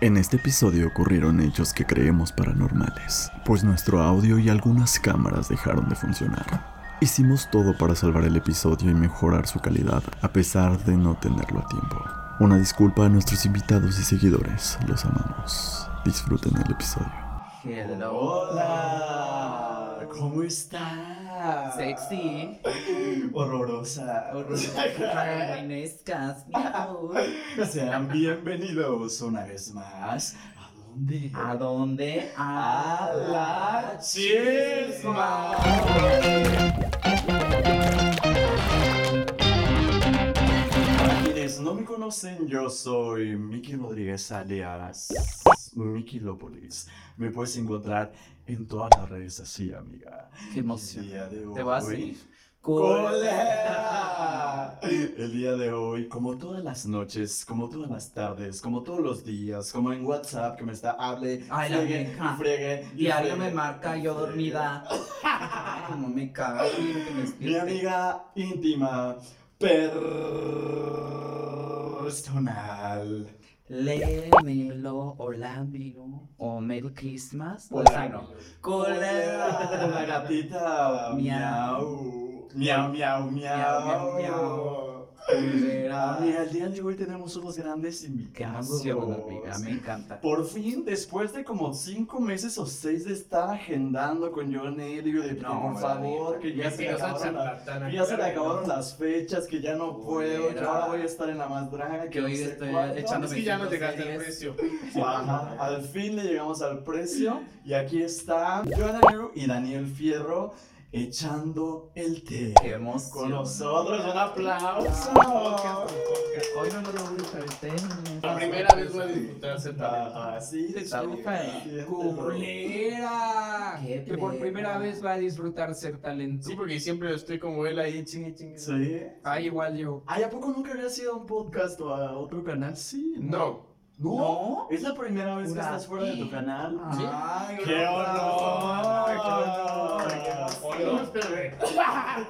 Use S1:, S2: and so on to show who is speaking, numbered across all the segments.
S1: En este episodio ocurrieron hechos que creemos paranormales, pues nuestro audio y algunas cámaras dejaron de funcionar. Hicimos todo para salvar el episodio y mejorar su calidad, a pesar de no tenerlo a tiempo. Una disculpa a nuestros invitados y seguidores, los amamos. Disfruten el episodio.
S2: Hello.
S3: Hola, ¿cómo está?
S2: Sexy.
S3: Horrorosa.
S2: Horrorosas. mi amor.
S3: Sean bienvenidos una vez más. ¿A dónde?
S2: ¿A dónde?
S3: A la chisma. Para quienes no me conocen, yo soy Miki Rodríguez alias Miki Lópolis. Me puedes encontrar en todas las redes así, amiga.
S2: Qué
S3: El
S2: emoción.
S3: día de
S2: Te voy a
S3: hoy-
S2: seguir.
S3: ¡Hola! El día de hoy, como todas las noches, como todas las tardes, como todos los días, como en WhatsApp que me está hable,
S2: Ay, la
S3: friegue,
S2: vieja.
S3: y friegue, y
S2: Diario
S3: friegue,
S2: me marca,
S3: y
S2: yo
S3: friegue.
S2: dormida. Ay, No me cagas, mira que me
S3: Mi
S2: despierte.
S3: amiga íntima, personal.
S2: Léemelo, hola, miro, o Merry Christmas, o sano.
S3: Hola, la gatita.
S2: Miau.
S3: Miau. Miau, miau,
S2: Miau, miau,
S3: miau.
S2: miau.
S3: Ah,
S2: Culera.
S3: mira, el día de hoy tenemos unos grandes
S2: Qué
S3: invitados.
S2: emoción, amiga, me encanta.
S3: Por fin, después de como cinco meses o seis de estar agendando con John Elio, de
S2: No,
S3: por
S2: hombre,
S3: favor, que ya se, le acabaron la- que ya se le acabaron las fechas, que ya no puedo, que
S2: Culera.
S3: ahora voy a estar en la más draga,
S2: Que
S3: que no
S2: hoy
S3: sé
S2: estoy
S3: cuánto.
S2: echándome
S4: Es que ya no
S2: cinco
S4: llegaste al
S2: series.
S4: precio.
S3: Ajá, al fin le llegamos al precio y aquí están John Elio y Daniel Fierro echando el té.
S2: Qué emoción.
S3: Con nosotros, un aplauso.
S4: Podcast, podcast.
S2: Hoy no me lo voy a perder.
S4: Oh. La primera vez voy a disfrutarse
S3: Ah,
S4: también.
S3: Así de
S2: Está
S3: siéntelo.
S5: ¡Culera!
S2: Qué
S5: Que por
S2: perra.
S5: primera vez va a disfrutar ser talento.
S4: Sí, porque siempre estoy como él ahí, chingue, chingue.
S3: Sí.
S5: Ah, igual yo.
S3: Ay, ¿a poco nunca había sido un podcast o a otro canal? Sí.
S4: No.
S3: No. Es la primera vez que
S2: Una- Ah.
S3: estás fuera de tu canal.
S2: Sí.
S3: Ay,
S4: ¡Qué honor! ¡Qué honor!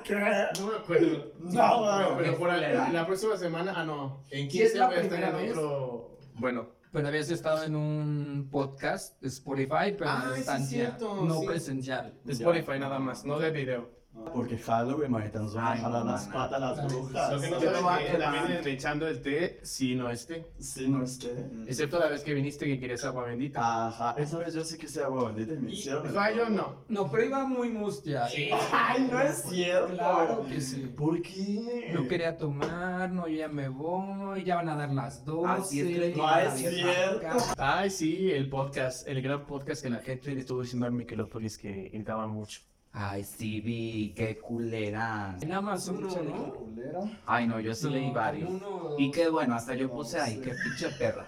S3: ¡Qué honor!
S4: Espérame. No me acuerdo.
S3: No,
S4: No,
S3: güey.
S4: pero por ahí, la próxima semana, ah, no. En
S5: Sí, es
S4: 15
S5: la
S4: voy a estar
S5: primera
S4: en
S5: vez.
S4: otro. Bueno,
S5: Pero habías estado en un podcast de Spotify, pero
S4: Ah,
S5: a
S4: sí,
S5: distancia,
S4: cierto,
S5: no
S4: sí.
S5: presencial.
S4: de Spotify nada más, no de video.
S3: Porque Halloween, ahorita nos van a
S2: Ay,
S3: jalar
S2: no,
S3: las
S2: no.
S3: patas las brujas.
S4: Lo que no
S3: Yo me
S4: saben
S3: voy a
S4: es que
S3: quedar.
S4: también en echando el té, sí, no este.
S3: Sí, no esté.
S4: Excepto la vez que viniste que querías agua bendita.
S3: Ajá, esa vez yo sí que sea huevo bendita y me
S4: Y
S3: hicieron. el-
S4: Rayo no.
S5: No, pero iba muy mustia.
S3: Ay, no es cierto. Pues,
S5: Claro que sí.
S3: ¿Por qué?
S5: No quería tomar, no, yo ya me voy, ya van a dar las 12.
S2: Así es que le digo
S3: a la vieja.
S4: Ay, sí, el podcast, el gran podcast que la gente le estuvo diciendo a Miquelópolis que irritaba mucho.
S2: Ay, sí, vi, qué culera.
S5: Nada más uno, ¿no?
S3: Culera.
S2: Ay, no, yo sí leí
S5: No,
S2: varios.
S5: uno,
S2: Y
S5: dos.
S2: qué bueno, hasta yo puse ahí, qué pinche perra.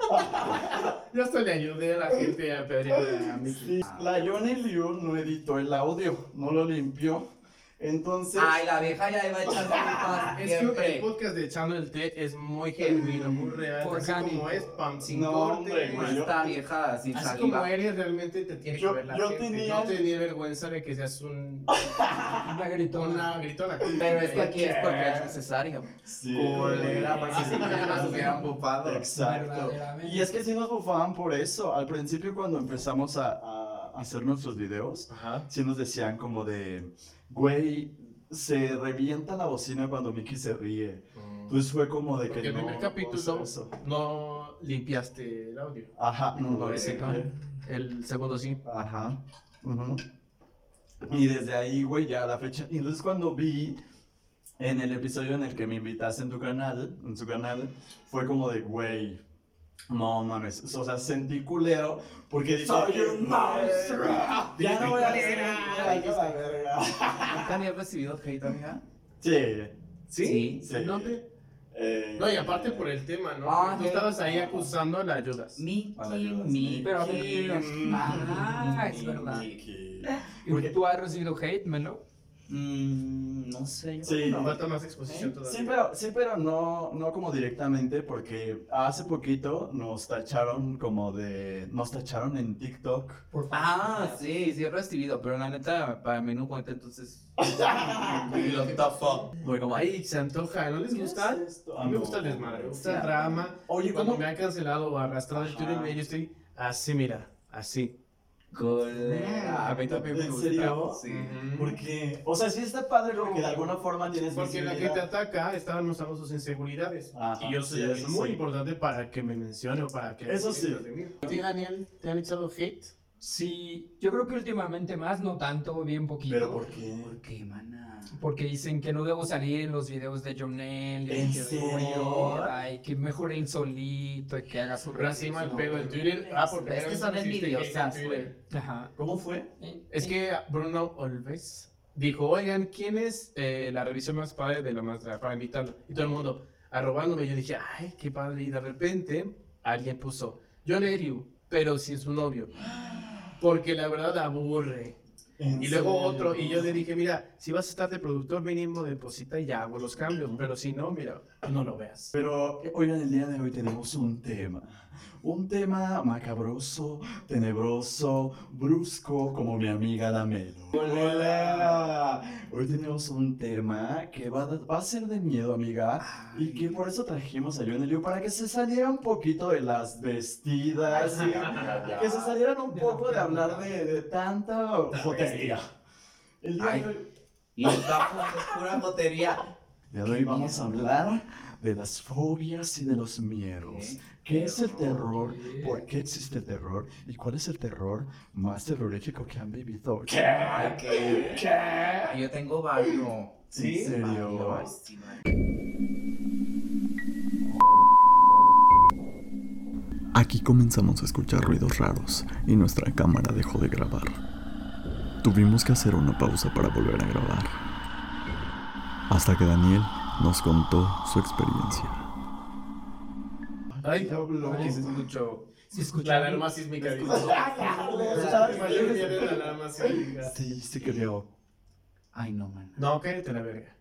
S4: Yo hasta le ayudé a la gente a pedir a
S3: Sí,
S4: Mickey.
S3: la Yone Liu no editó el audio, no lo limpió. Entonces,
S2: Ay, la vieja ya iba echando culpas
S4: Es que el
S2: siempre.
S4: podcast de Echando el Té es muy genuino, muy real. así
S5: Orgánico.
S4: como es, pam, sin
S3: No, hombre,
S4: corte.
S3: güey, yo-
S2: Esta vieja sin
S4: Así como
S2: saliva.
S4: eres, realmente te tiene que
S3: Yo-
S4: ver la
S3: yo
S4: gente.
S3: tenía-
S4: No te di vergüenza de que seas un,
S5: Una gritona.
S4: una gritona.
S2: Pero es que aquí es porque es necesario.
S3: sí.
S2: Culera, pues si no ya nos hubieran bufado.
S3: Exacto.
S5: Verdaderamente.
S3: Y es que sí nos bufaban por eso. Al principio, cuando empezamos a, a hacer nuestros videos,
S4: Ajá.
S3: sí nos decían como de, güey, se revienta la bocina cuando Mickey se ríe. Entonces fue como de que
S4: Porque el
S3: no,
S4: primer
S3: no
S4: capítulo-
S3: hacer eso.
S4: No limpiaste el audio.
S3: Ajá, no,
S4: No,
S3: no,
S4: ese no. El segundo sí.
S3: Ajá. ujú. Y desde ahí, güey, ya la fecha. Y entonces cuando vi en el episodio en el que me invitaste en tu canal, en su canal, fue como de, güey, no mames. O sea, sentí culero porque dije,
S2: Soy un monstruo.
S3: Ya no voy a hacer
S4: Culera.
S3: nada, hijo de la verga.
S2: ¿Nunca había recibido hate, amiga?
S3: Sí.
S2: Sí.
S3: Sí.
S4: ¿En dónde?
S3: eh,
S4: No, y aparte por el tema, ¿no?
S2: Ah,
S4: Tú
S2: sí.
S4: estabas ahí acusando a la ayudas.
S3: Para
S2: Miki,
S3: ayudas,
S2: Miki.
S5: Pero a ver,
S3: Mickey,
S5: ah, es
S3: Mickey,
S5: verdad.
S3: Mickey.
S5: ¿Y tú has recibido hate, Melo?
S2: Mm, no sé. yo
S3: Sí. ¿Eh?
S2: creo que no.
S4: Falta más exposición todavía.
S3: Sí, pero, sí, pero no, no como directamente, porque hace poquito nos tacharon como de. Nos tacharon en TikTok.
S2: Ah, sí, sí, he recibido, pero la neta, para mí no cuenta, entonces.
S4: What the fuck. Fue como, ay, se antoja, ¿no les gusta?
S3: ¿Qué es esto?
S4: A mí me
S3: No.
S4: gusta el desmadre, me gusta
S2: Sí.
S4: el drama.
S3: Oye,
S4: Cuando
S3: ¿cómo?
S4: me han cancelado o arrastrado el Twitter, mira, yo estoy así, mira, así.
S2: Colera. A mí también me
S3: ¿En
S2: gusta.
S3: serio?
S2: Sí.
S3: Mm.
S4: Ujú.
S3: Porque. O sea, sí está padre porque de alguna forma tienes
S4: Porque la que
S3: visibilidad.
S4: te ataca está mostrando sus inseguridades.
S3: Ajá,
S4: y yo sé,
S3: sí,
S4: es
S3: eso
S4: muy
S3: sí.
S4: importante para que me mencione o para que...
S3: Eso sí.
S4: ¿Ti, Daniel, te han echado hate?
S5: Sí, yo creo que últimamente más, no tanto, bien poquito.
S3: Pero ¿por qué?
S2: ¿Por qué, mana?
S5: Porque dicen que no debo salir en los videos de Jonel, y
S3: ¿En
S5: que
S3: serio?
S5: soy, ay, que mejor él solito, y que haga su
S4: Pero así mal
S5: no,
S4: pedo en
S5: güey.
S4: Twitter. Ah, porque
S2: Es que son envidiosas,
S5: Ajá.
S3: ¿Cómo fue?
S4: Es que Bruno Olves dijo, oigan, ¿quién es eh, la revisión más padre de la maestra para invitarlo? Y todo el mundo arrobándome. Yo dije, ay, qué padre. Y de repente alguien puso, John Eriu, pero sin su novio. Porque la verdad aburre. Y luego otro, y yo le dije, mira, si vas a estar de productor mínimo, deposita y ya hago los cambios. Pero si no, mira, no lo veas.
S3: Pero eh, oigan, el día de hoy tenemos un tema. Un tema macabroso, tenebroso, brusco, como mi amiga la Melo. ¡Hola! Hoy tenemos un tema que va, a- va a ser de miedo, amiga. Y que por eso trajimos a John Eliu, para que se saliera un poquito de las vestidas. ¿sí? Que se salieran un poco de hablar de, de tanta jotería. El día
S2: Ay.
S3: de hoy-
S2: Y nos vamos de pura jotería.
S3: de hoy vamos a hablar de las fobias y de los miedos. ¿Qué es el terror? ¿Por qué existe el terror? ¿Y cuál es el terror más terrorífico que han vivido? ¿Qué?
S2: ¿Qué?
S3: ¿Qué?
S2: Yo tengo barrio.
S3: ¿Sí? ¿En serio?
S2: Varios, sí, varios.
S1: Aquí comenzamos a escuchar ruidos raros y nuestra cámara dejó de grabar. Tuvimos que hacer una pausa para volver a grabar. Hasta que Daniel nos contó su experiencia.
S4: Ay,
S3: Diablo.
S4: aquí se escuchó.
S5: Se
S4: La
S5: escucha.
S4: alarma sísmica. ¿viste? La alarma sísmica.
S3: Sí, sí creo.
S2: Ay, no, mana.
S4: No, cállate la verga.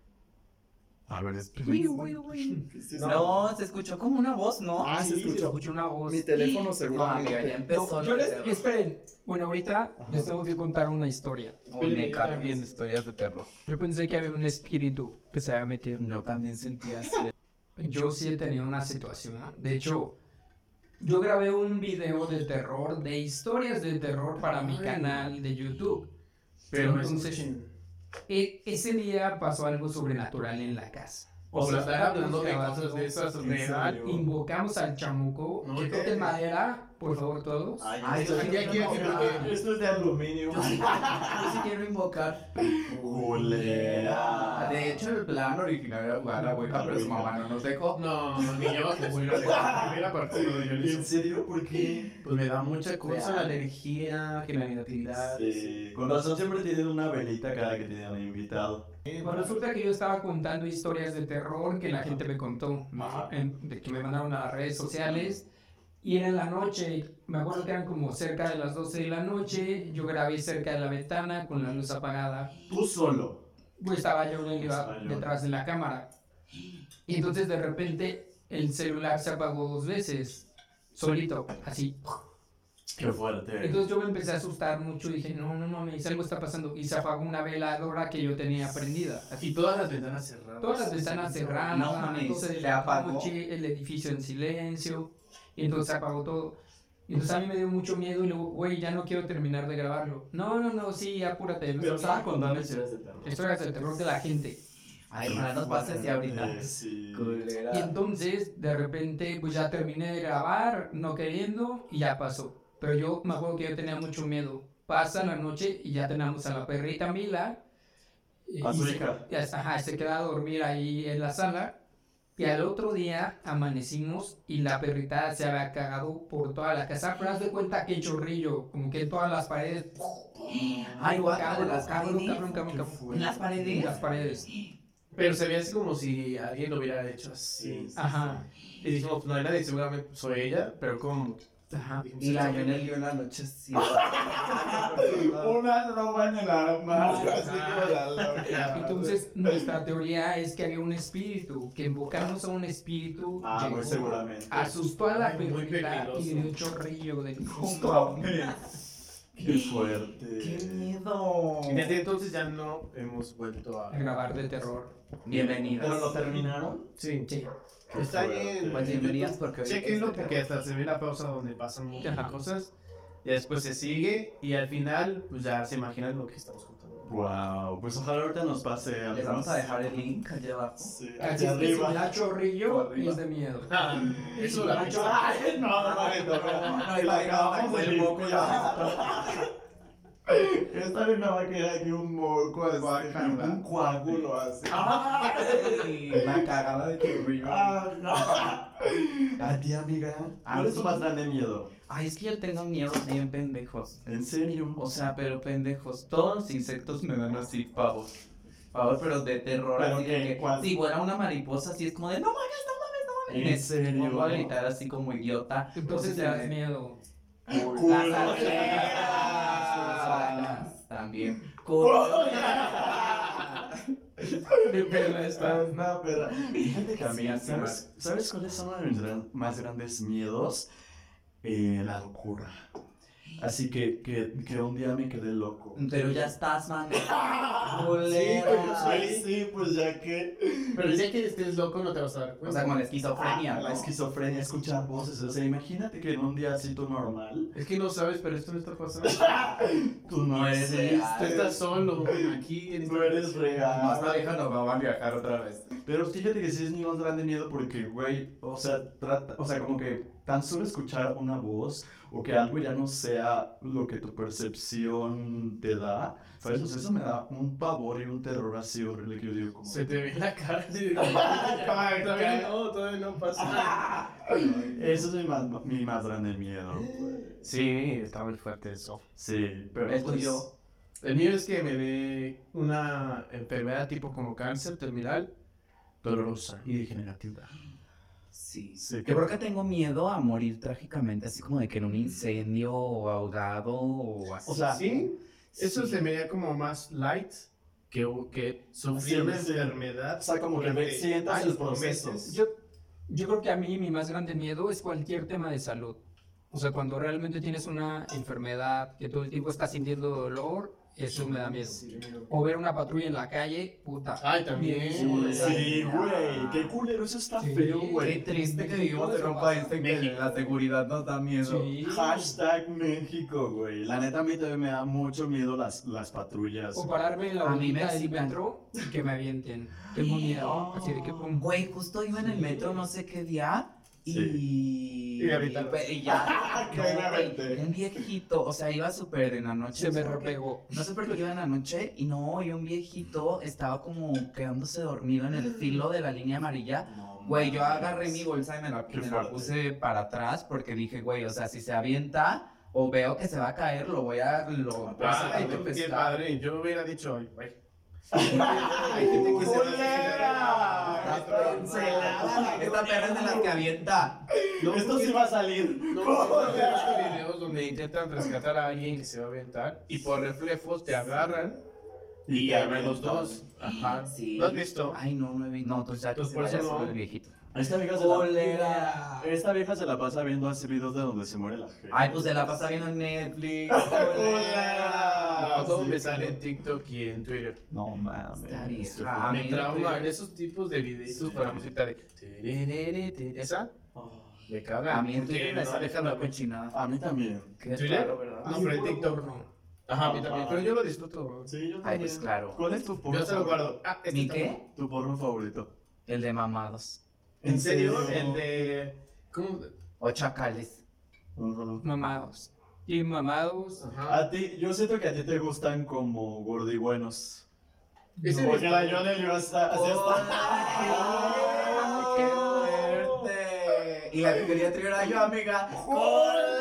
S3: A ver, espera.
S5: Uy, uy, uy.
S2: No, se escuchó como una voz, ¿no?
S3: Ah, se
S5: Se
S3: escuchó.
S5: escucha una voz.
S3: teléfono
S2: No, amiga, ya empezó.
S5: Yo
S2: la
S5: les-
S2: verdad.
S5: esperen. Bueno, ahorita les tengo que contar una historia.
S2: Oh, me caen bien historias de terror.
S5: Yo pensé que había un espíritu que se había metido.
S2: Yo también sentía así.
S5: Yo sí he tenido una situación. ¿ah? De hecho, yo grabé un video de terror, de historias de terror para mi canal de YouTube.
S4: Pero no
S5: Entonces,
S4: escuchen.
S5: E- ese día pasó algo sobrenatural en la casa.
S4: O sea, estar hablando
S5: estábamos
S4: de
S5: grabando,
S4: cosas de esas
S3: ¿En
S4: real.
S3: serio?
S5: Invocamos al chamuco.
S4: No,
S5: que
S4: ¿qué?
S5: toquen madera, por favor, todos.
S4: Ay,
S2: esto
S4: aquí, aquí, aquí, porque-
S3: Esto es de aluminio.
S2: Yo sí, yo sí quiero invocar.
S3: Culera.
S2: De hecho, el plan original era jugar a la Ouija, pero su mamá no nos dejó.
S4: No, no, ni yo que voy a la primera parte no, yo le-
S3: ¿En serio? ¿Por qué?
S4: Pues me da mucha cosa la
S2: Real.
S4: energía, que la negatividad.
S3: Ah, Sí, con razón siempre tienen una velita cada que tienen un invitado.
S5: Pues resulta que yo estaba contando historias de terror que la gente me contó,
S3: Ajá.
S5: en- de que me mandaron a las redes sociales. Y era en la noche, me acuerdo que eran como cerca de las 12 de la noche, yo grabé cerca de la ventana con la luz apagada.
S3: Tú solo.
S5: Pues estaba yo en-
S3: Estaba yo.
S5: detrás de la cámara. Y entonces de repente el celular se apagó dos veces, solito, así.
S3: Qué fuerte.
S5: Entonces yo me empecé a asustar mucho y dije, no, no mames, algo está pasando. Y se apagó una veladora que yo tenía prendida. así.
S4: Y todas las ventanas cerradas.
S5: Todas las ventanas cerradas,
S2: No
S5: a las
S2: mames,
S5: 12 de
S2: se
S5: la
S2: apagó.
S5: noche, el edificio en silencio, y entonces se apagó todo. Y entonces a mí me dio mucho miedo y luego, güey, ya no quiero terminar de grabarlo. No, no, no, sí, apúrate.
S3: Pero estaba contando historias de terror.
S5: Historias del terror de la gente.
S2: Ay, no nos pases ya ahorita.
S3: Eh, sí.
S2: Culera.
S5: Y entonces, de repente, pues ya terminé de grabar, no queriendo, y ya pasó. Pero yo me acuerdo que yo tenía mucho miedo. Pasa la noche y ya tenemos a la perrita Mila. y-
S3: A
S5: y
S3: su
S5: se-
S3: hija.
S5: Ya, Ajá, se queda a dormir ahí en la sala. Y al otro día amanecimos y la perrita se había cagado por toda la casa. Pero haz de cuenta que chorrillo, como que en todas las paredes.
S2: Ay, guaca de
S5: cabrón,
S2: las
S5: cabrón,
S2: paredes.
S5: cabrón, cabrón, cabrón.
S2: ¿En las paredes?
S5: En las paredes.
S4: Pero se veía así como si alguien lo hubiera hecho así. "Pues,
S3: Sí.
S5: Ajá.
S4: Y dijimos, no hay nadie, seguramente soy ella, pero como Ajá.
S2: Y la yo le di una noche así.
S3: Una roba en el arma. Así como la loca.
S5: Entonces, nuestra teoría es que había un espíritu, que invocamos a un espíritu,
S3: Ah,
S5: llegó,
S3: muy seguramente.
S5: asustó a la
S4: Ay, muy
S5: perrita y dio
S4: peligroso.
S5: un chorrillo de
S3: No mames. Qué fuerte.
S2: ¡Qué miedo!
S4: Desde entonces ya no hemos vuelto a.
S5: a grabar de terror.
S2: Bienvenidas.
S3: ¿Pero lo terminaron?
S4: Sí.
S5: Sí.
S3: Qué
S4: Está
S3: fuerte.
S4: bien.
S2: Pues bienvenidas porque hoy.
S4: Chequenlo
S2: este
S4: porque hasta se ve la pausa donde pasan muchas
S5: Ajá.
S4: cosas. Y después se sigue y al final, pues ya se imaginan lo que estamos contando.
S3: Wow, pues ojalá ahorita nos pase
S2: Les
S3: algunos.
S2: vamos a dejar el link allá abajo.
S3: Sí,
S5: Así
S3: hacia
S5: es que si me da
S3: arriba.
S5: chorrillo
S3: Arriba.
S5: es de miedo.
S4: eso
S3: la Ay, no, no, no, no, no, no, y la grabamos el moco ya. Esta vez me va a quedar aquí un moco así, un coágulo así.
S2: Y la cagada de tu río.
S3: Ah, no. A ti, amiga. ¿Cuál es tu más grande miedo?
S2: Ay, es que yo tengo miedo bien pendejos.
S3: ¿En serio?
S2: O sea, pero pendejos. Todos los insectos me dan así pavos. Pavos, pero de terror.
S3: ¿Pero
S2: así de
S3: qué?
S2: que
S3: ¿Cuál?
S2: si fuera una mariposa, así es como de no mames, no mames, no mames.
S3: ¿En
S2: Me
S3: serio?
S2: pongo a gritar así como idiota.
S5: Entonces eh, te
S2: ya
S5: das miedo.
S3: Culo.
S2: Las abejas también.
S4: De perra está.
S3: Estás una perra. Fíjate que a mí,
S2: Sí, así
S3: ¿sabes, ¿sabes cuáles son uno de mis gran- más grandes miedos? Eh, la locura. Así que, que, que un día me quedé loco. Ah,
S2: Pero ya estás, man. Culera.
S3: Sí, sí, pues ya que.
S4: Pero ya que estés loco no te vas a dar
S2: O
S4: cuenta.
S2: sea, con la esquizofrenia.
S3: Ah, La
S2: ¿no?
S3: esquizofrenia, escuchar voces. O sea, imagínate que en un día así tú normal.
S4: es que no sabes, pero esto no está pasando.
S3: Tú no eres este,
S4: Tú estás solo aquí en
S3: Tú eres
S2: No,
S3: real.
S2: esta vieja nos va a viajar otra vez.
S3: Pero fíjate que sí es mi más grande miedo porque, güey, o sea, trata, o sea, como que tan solo escuchar una voz o que algo ya no sea lo que tu percepción te da, ¿sabes? O sea, eso me da un pavor y un terror así horrible que yo digo como...
S4: Se te ve la cara de. todavía no, todavía no pasa nada.
S3: Eso es mi más, mi más grande miedo. güey.
S4: Sí, está muy fuerte eso.
S3: Sí, pero... pues,
S2: El tuyo.
S4: El mío es que me dé una enfermedad tipo como cáncer terminal dolorosa y degenerativa.
S2: Sí.
S3: Sí.
S2: Yo creo que tengo miedo a morir trágicamente, así como de que en un incendio o ahogado o así.
S3: O sea,
S4: ¿Sí? Eso
S2: Sí.
S4: se me veía como más light que, que sufrir
S3: Sí,
S4: una
S3: sí.
S4: enfermedad.
S3: O sea, como que me
S4: durante
S3: sientas
S4: años,
S3: los procesos.
S4: meses.
S5: Yo, yo creo que a mí mi más grande miedo es cualquier tema de salud. O sea, cuando realmente tienes una enfermedad que todo el tiempo estás sintiendo dolor, eso me da miedo. O ver una patrulla en la calle, puta.
S2: Ah,
S4: Ay, también.
S5: Sí,
S3: Sí, güey, qué culero, eso está
S5: Sí.
S3: feo,
S2: Qué
S3: güey.
S2: triste que vivimos en un país en que la seguridad nos da miedo.
S5: Sí.
S3: Hashtag México, güey. La neta a mí también me da mucho miedo las, las patrullas.
S5: O pararme en la
S2: A mí me
S5: bolita del
S2: excitan.
S5: metro y que me avienten. Tengo miedo. Así de que pum.
S2: Güey, justo iba en el metro no sé qué día y...
S4: Y ahorita-
S2: y- y ya.
S3: Que
S2: No,
S3: me
S2: güey,
S3: aventé.
S2: un viejito, o sea, iba súper en la noche.
S5: Se me
S2: ¿sabes?
S5: repegó.
S2: No sé por qué iba en la noche y no, y un viejito estaba como quedándose dormido en el filo de la línea amarilla
S3: No,
S2: Güey, yo
S3: mames.
S2: agarré mi bolsa y me la,
S3: Qué
S2: me la
S3: fuerte.
S2: puse para atrás porque dije, güey, o sea, si se avienta o veo que se va a caer, lo voy a... Lo,
S4: Ay,
S2: lo-
S4: qué
S2: pescar.
S4: padre. Yo hubiera dicho, ay, güey.
S3: Ay,
S4: Hay
S3: gente que se
S4: va a
S3: degenera.
S4: degenerar.
S2: Está cancelada, Esta perra es de las que avienta.
S4: No,
S3: Esto sí va a salir.
S4: No, no, he visto videos donde intentan rescatar a alguien que se va a aventar y por reflejos te agarran y agarran los dos. Ah, Ajá.
S2: Sí.
S4: ¿Lo has visto?
S2: Ay, no, no he visto. No, entonces ya que
S4: Pues
S2: se
S4: por eso
S2: vaya
S4: no.
S2: solo el viejito.
S3: Esta vieja se la,
S2: ¡Olera!
S3: esta vieja se la pasa viendo así videos de donde se muere la gente.
S2: Ay, pues se la pasa viendo en Netflix.
S3: ¡Olera!
S4: No, todo
S3: Sí,
S4: me
S3: sí.
S4: sale en TikTok y en Twitter.
S3: No
S2: Esta
S3: mames.
S2: vieja.
S3: Esto-
S2: A mí
S4: Me
S2: en
S4: trauma
S2: Twitter-
S4: en esos tipos de videitos para música de. tirerere, tirere. Esa me caga.
S2: A mí en Twitter me
S4: Porque no
S2: sale
S4: dejan
S2: la
S4: la
S2: cochinada.
S3: A mí también.
S2: Qué
S4: ¿Twitter?
S2: raro, ¿verdad?
S4: No, pero en TikTok no. Ajá, a mí también. Pero yo lo disfruto.
S3: Sí, yo
S2: Ay,
S3: también.
S2: pues claro.
S3: ¿Cuál es tu porno?
S4: Yo se lo guardo. Ah, este
S2: ¿Mi
S4: está
S2: qué?
S4: bueno.
S3: Tu porno favorito.
S2: El de mamados.
S4: ¿En serio? El de. ¿Cómo?
S2: O chacales.
S3: Ujú.
S5: Mamados. Y mamados.
S4: Ajá.
S3: A ti, yo siento que a ti te gustan como gordigüenos.
S4: Ese
S3: Porque
S4: es-
S3: la Yone yo hasta, así
S2: ¡Ay, Oh, ¡Qué fuerte! Y la que quería trigar era yo, amiga.
S3: ¡Colera!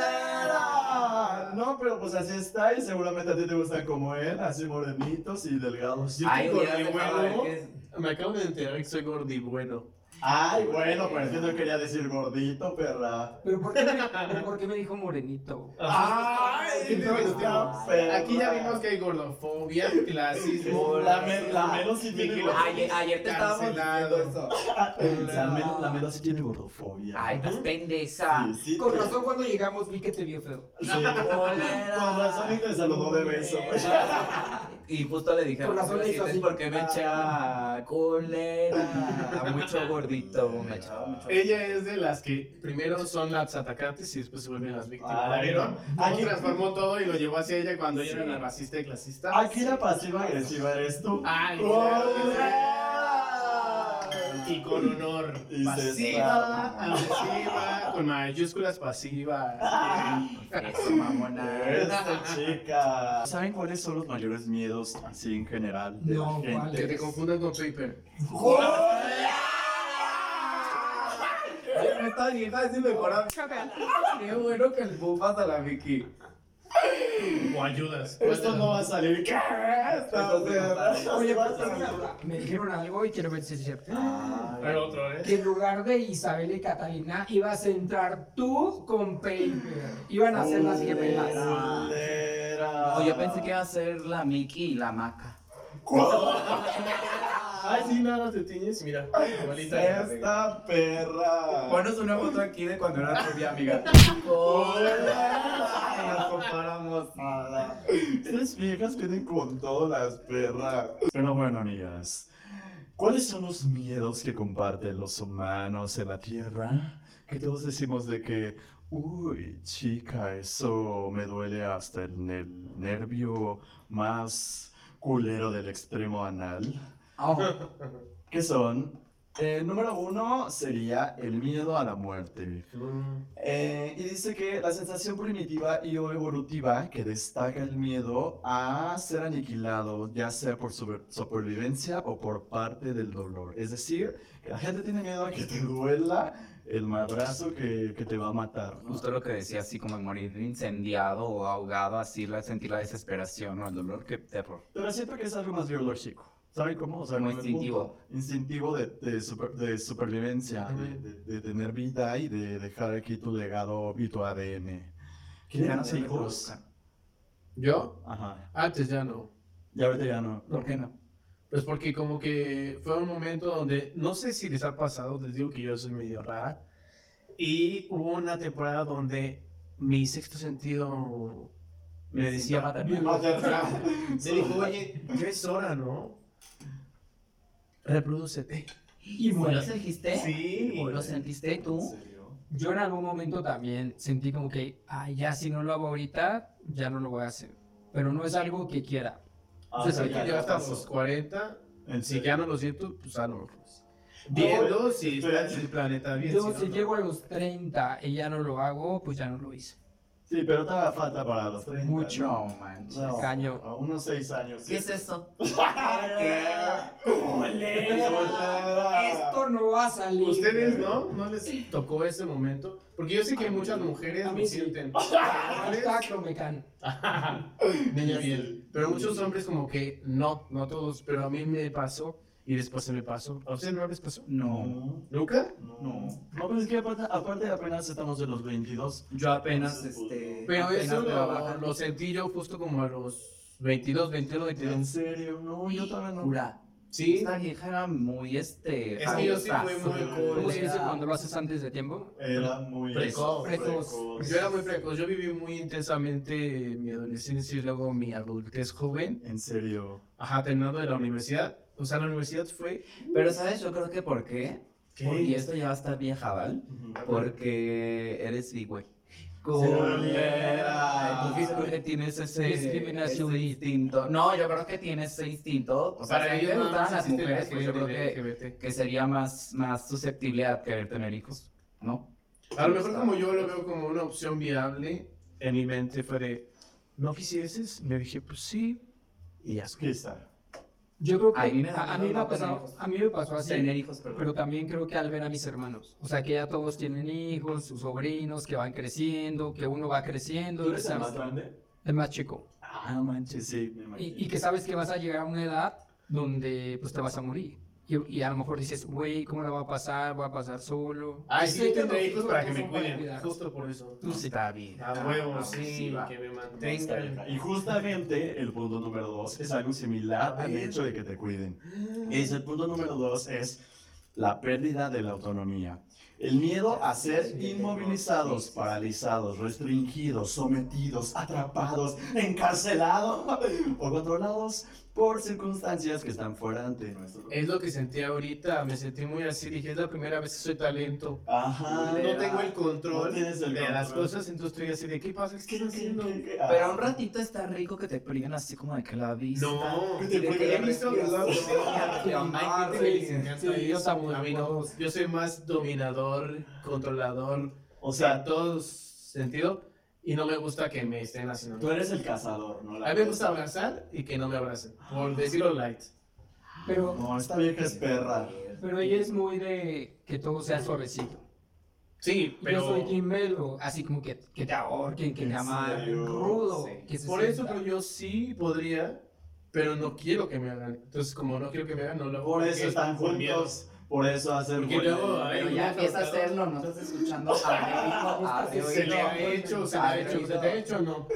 S3: No, pero pues así está y seguramente a ti te gustan como él, así morenitos y delgados.
S4: Yo
S2: Ay,
S4: tengo
S2: Dios,
S4: mi
S2: déjame ver
S4: huevo.
S2: qué es.
S4: Me acabo de enterar que soy gordi bueno.
S3: Ay, bueno, pues yo no quería decir gordito, perra.
S5: ¿Pero por qué me, pero por qué me dijo morenito?
S4: Ay,
S3: Ay, no, perra.
S4: Aquí ya vimos que hay gordofobia, clasismo,
S3: La, me- la menos sí tiene
S4: Miguel-
S3: gordofobia.
S2: Ayer, ayer te estábamos
S4: Cancelado.
S2: diciendo eso.
S3: La menos, la menos sí tiene gordofobia.
S2: Ay, estás pendeza.
S3: Sí, sí,
S5: Con
S3: te-
S5: razón cuando llegamos vi que te vio feo.
S3: Sí. Con razón y te saludó de beso.
S2: Y justo le Ah. dije,
S5: Con razón le hizo
S2: ¿por
S5: así.
S2: porque me echa colera? A mucho gordito, me echaba mucho.
S4: Ella es de las que primero son las atacantes y después se vuelven las víctimas.
S3: Ah, la
S4: ¿Vieron?
S3: vieron.
S4: Cómo
S3: Aquí-
S4: transformó todo y lo llevó hacia ella cuando ella
S2: Sí.
S4: era la racista y clasista.
S3: Aquí la pasiva agresiva eres tú.
S4: Ay, claro que sí.
S3: ¡Hola!
S4: Y con honor.
S3: Y se
S4: pasiva,
S3: está-
S4: agresiva, con mayúsculas pasiva.
S2: Eso, mamona.
S3: Esta chica. ¿Saben cuáles son los mayores miedos así en general de
S5: No,
S3: la
S5: ¿cuál?
S4: Que
S3: gente?
S4: te confundan con Paper.
S2: Esta vieja es inmejorable. Qué bueno que el bufas a la Vicky.
S4: O ayudas.
S3: Esto no va a salir. ¿Qué? Esta perra.
S5: Oye, me dijeron algo y quiero ver si es cierto.
S4: Pero otro, ¿eh?
S5: Que en lugar de Isabel y Catalina ibas a entrar tú con Paper. Iban a ser las gemelas.
S3: Culera.
S2: No, yo pensé que iba a ser la Mickey y la Maca.
S4: Ay, sí, nada, te tiñes, mira. Igualita.
S3: Esta perra.
S2: Ponos una foto aquí de cuando era rubia, amiga.
S3: Hola. Nos comparamos nada. Estas viejas vienen con todas las perras. Pero bueno, amigas. ¿Cuáles son los miedos que comparten los humanos en la Tierra? Que todos decimos de que, uy, chica, eso me duele hasta en el nervio más culero del extremo anal.
S2: Oh,
S3: ¿Qué son? El número uno sería el miedo a la muerte. Eh, y dice que la sensación primitiva y o evolutiva que destaca el miedo a ser aniquilado, ya sea por sobre- supervivencia o por parte del dolor. Es decir, que la gente tiene miedo a que te duela el madrazo que, que te va a matar. ¿no?
S2: justo lo que decía, así como morir incendiado o ahogado, así la sentir la desesperación o el dolor, qué terror.
S3: Pero siento que es algo más biológico. ¿Saben cómo? O sea,
S2: Como
S3: no es
S2: instintivo.
S3: punto. Instintivo de, de super- de supervivencia, de, de- de tener vida y de dejar aquí tu legado y tu ADN. ¿Quieren hacer hijos?
S4: ¿Yo?
S3: Ajá.
S4: Antes ya no.
S3: Y ahorita ya no.
S2: ¿Por qué no?
S4: Pues porque como que fue un momento donde, no sé si les ha pasado, les digo que yo soy medio rara, y hubo una temporada donde mi sexto sentido me decía, me dijo, oye, ya es hora, ¿no? Reprodúcete.
S2: ¿Y lo sentiste?
S4: Sí.
S2: ¿Lo sentiste tú?
S5: Yo en algún momento también sentí como que, ah, ya si no lo hago ahorita, ya no lo voy a hacer. Pero no es algo que quiera.
S3: Ah,
S4: Entonces,
S3: pero
S4: aquí
S3: ya
S4: ya hasta
S3: pasó.
S4: los 40,
S3: En
S4: si
S3: sí.
S4: ya no lo siento, pues a lo mejor.
S3: No,
S4: Viendo si
S3: espera.
S4: está el planeta bien.
S5: Yo
S4: no,
S5: si
S4: no.
S5: llego a los 30 y ya no lo hago, pues ya no lo hice.
S3: Sí, pero te da falta para los 30.
S5: Mucho.
S3: ¿no?
S2: No, manches.
S3: No,
S5: Caño.
S3: a unos 6 años.
S2: ¿Qué es eso?
S5: Esto no va a salir.
S4: Ustedes no, no les tocó ese momento, porque yo sé que muchas mujeres
S5: A mí
S4: me
S5: sí.
S4: sienten.
S5: Exacto, me can.
S4: Niña bien. Pero muchos hombres como que no, no todos, pero a mí me pasó y después se me pasó. ¿A ustedes no les pasó?
S2: No.
S3: No.
S4: ¿Nunca?
S3: No. No, pero es que aparte, aparte apenas estamos de los 22.
S2: Yo apenas, este...
S4: Pero
S2: apenas
S4: eso lo,
S2: trabajando.
S4: lo sentí yo justo como a los 22, 21, 22.
S3: En serio, no, yo todavía no.
S2: Cura.
S4: Sí,
S2: Esta vieja era muy, este...
S4: Es que yo sí fui muy
S2: famosa,
S4: cool.
S5: ¿Cómo
S2: culera.
S5: se dice cuando lo haces antes de tiempo?
S3: Era muy
S4: Precoz.
S3: precoz.
S4: yo era muy precoz. Yo viví muy intensamente mi adolescencia y luego mi adultez joven.
S3: En serio.
S4: Ajá, terminando de la universidad. O sea, la universidad fue...
S2: Pero, ¿sabes? Yo creo que ¿por qué?
S4: ¿Qué?
S2: Y esto ya va a estar bien jabal. Porque eres bi, güey. Culera. Entonces creo que tienes ese,
S5: Discriminación.
S2: ese instinto. No, yo creo que tienes ese instinto. O sea,
S4: Para
S2: si a ti
S4: ellos
S2: te
S4: no
S2: gustaran
S4: más
S2: las
S4: existe
S2: mujeres, pues yo creo
S4: LGBT.
S2: que, que sería más, más susceptible a querer tener hijos, ¿no?
S4: A lo mejor como yo lo veo como una opción viable, en mi mente fue de, ¿no quisieses? Le dije, pues sí. Y ya
S3: Aquí está.
S5: Yo creo que
S2: Ay, mira,
S5: a, a mí
S2: no,
S5: me
S2: no,
S5: pasó,
S2: tenemos.
S5: a mí me
S4: Pues
S5: pasó así.
S2: Tener hijos, perdón.
S5: Pero también creo que al ver a mis hermanos, o sea, que ya todos tienen hijos, sus sobrinos que van creciendo, que uno va creciendo,
S3: ¿Tú eres
S5: o sea,
S3: el más grande?
S5: el más chico.
S3: Ah, no manches, sí. me
S5: Y, y
S3: imagino.
S5: que sabes que vas a llegar a una edad donde pues te vas a morir. Y, y a lo mejor dices, güey, ¿cómo la va a pasar? ¿Voy a pasar solo?
S4: Ay,
S5: Pues
S4: sí, tendré
S5: tengo
S4: hijos
S5: hijos,
S4: para que
S5: ¿cómo
S4: me
S5: voy a
S4: cuiden.
S5: cuidar?
S4: Justo por eso.
S2: Tú sí está bien.
S4: A huevo,
S2: Ah,
S4: sí,
S2: va.
S4: que me
S3: Está
S4: mantengan.
S3: bien. Y justamente el punto número dos es algo similar al hecho de que te cuiden. Es el punto número dos es la pérdida de la autonomía. El miedo a ser inmovilizados, paralizados, restringidos, sometidos, atrapados, encarcelados o controlados por circunstancias que están fuera de nuestro control.
S4: Es lo que sentí ahorita, me sentí muy así, dije, es la primera vez que soy talento.
S3: Ajá.
S4: No tengo el
S3: ah, No
S4: control
S3: tienes el
S4: de las
S3: control.
S4: cosas, entonces estoy así de, ¿qué pasa? ¿Qué
S3: ¿Qué-
S4: estoy
S3: qué-
S4: haciendo?
S3: qué- qué-
S2: Pero un ratito está rico que te priven así como de que la vista.
S4: No,
S3: Que te
S4: de que
S3: puede
S4: he visto que lo hago.
S2: que
S4: Hay gente que les encanta
S5: Sí, yo
S4: eso,
S5: también.
S4: a mí no. Este, Yo soy más dominador, controlador,
S3: O
S4: o sea,
S3: sea,
S4: en todo sentido, y no me gusta que me estén haciendo.
S3: tú eres el cazador, ¿no? La
S4: A mí me gusta abrazar y que no me abracen, por decirlo light.
S5: Pero,
S3: No, esta vieja es perra.
S5: pero ella es muy de que todo sea suavecito.
S4: Sí,
S5: Yo soy
S4: pero...
S5: Tim Melo, así como que, que te ahorquen, que
S3: ¿En
S5: te amarren,
S3: serio?
S5: rudo.
S2: Sí.
S5: que se
S4: Por eso,
S5: sienta.
S4: pero yo sí podría, pero no quiero que me hagan. Entonces, como no quiero que me hagan, no lo hago.
S3: Por
S4: porque
S3: eso están
S4: por miedo.
S3: juntos. Por eso hacen
S4: Porque
S3: buena
S4: luego,
S3: idea.
S4: ay,
S2: Pero ya empieza a hacerlo, no estás escuchando a México, a
S4: Ah,
S5: Sí,
S4: Se
S5: Oye,
S4: lo
S5: no,
S4: ha hecho, se lo ha
S2: Ay,
S4: hecho, se
S2: no.
S4: lo ha hecho o no.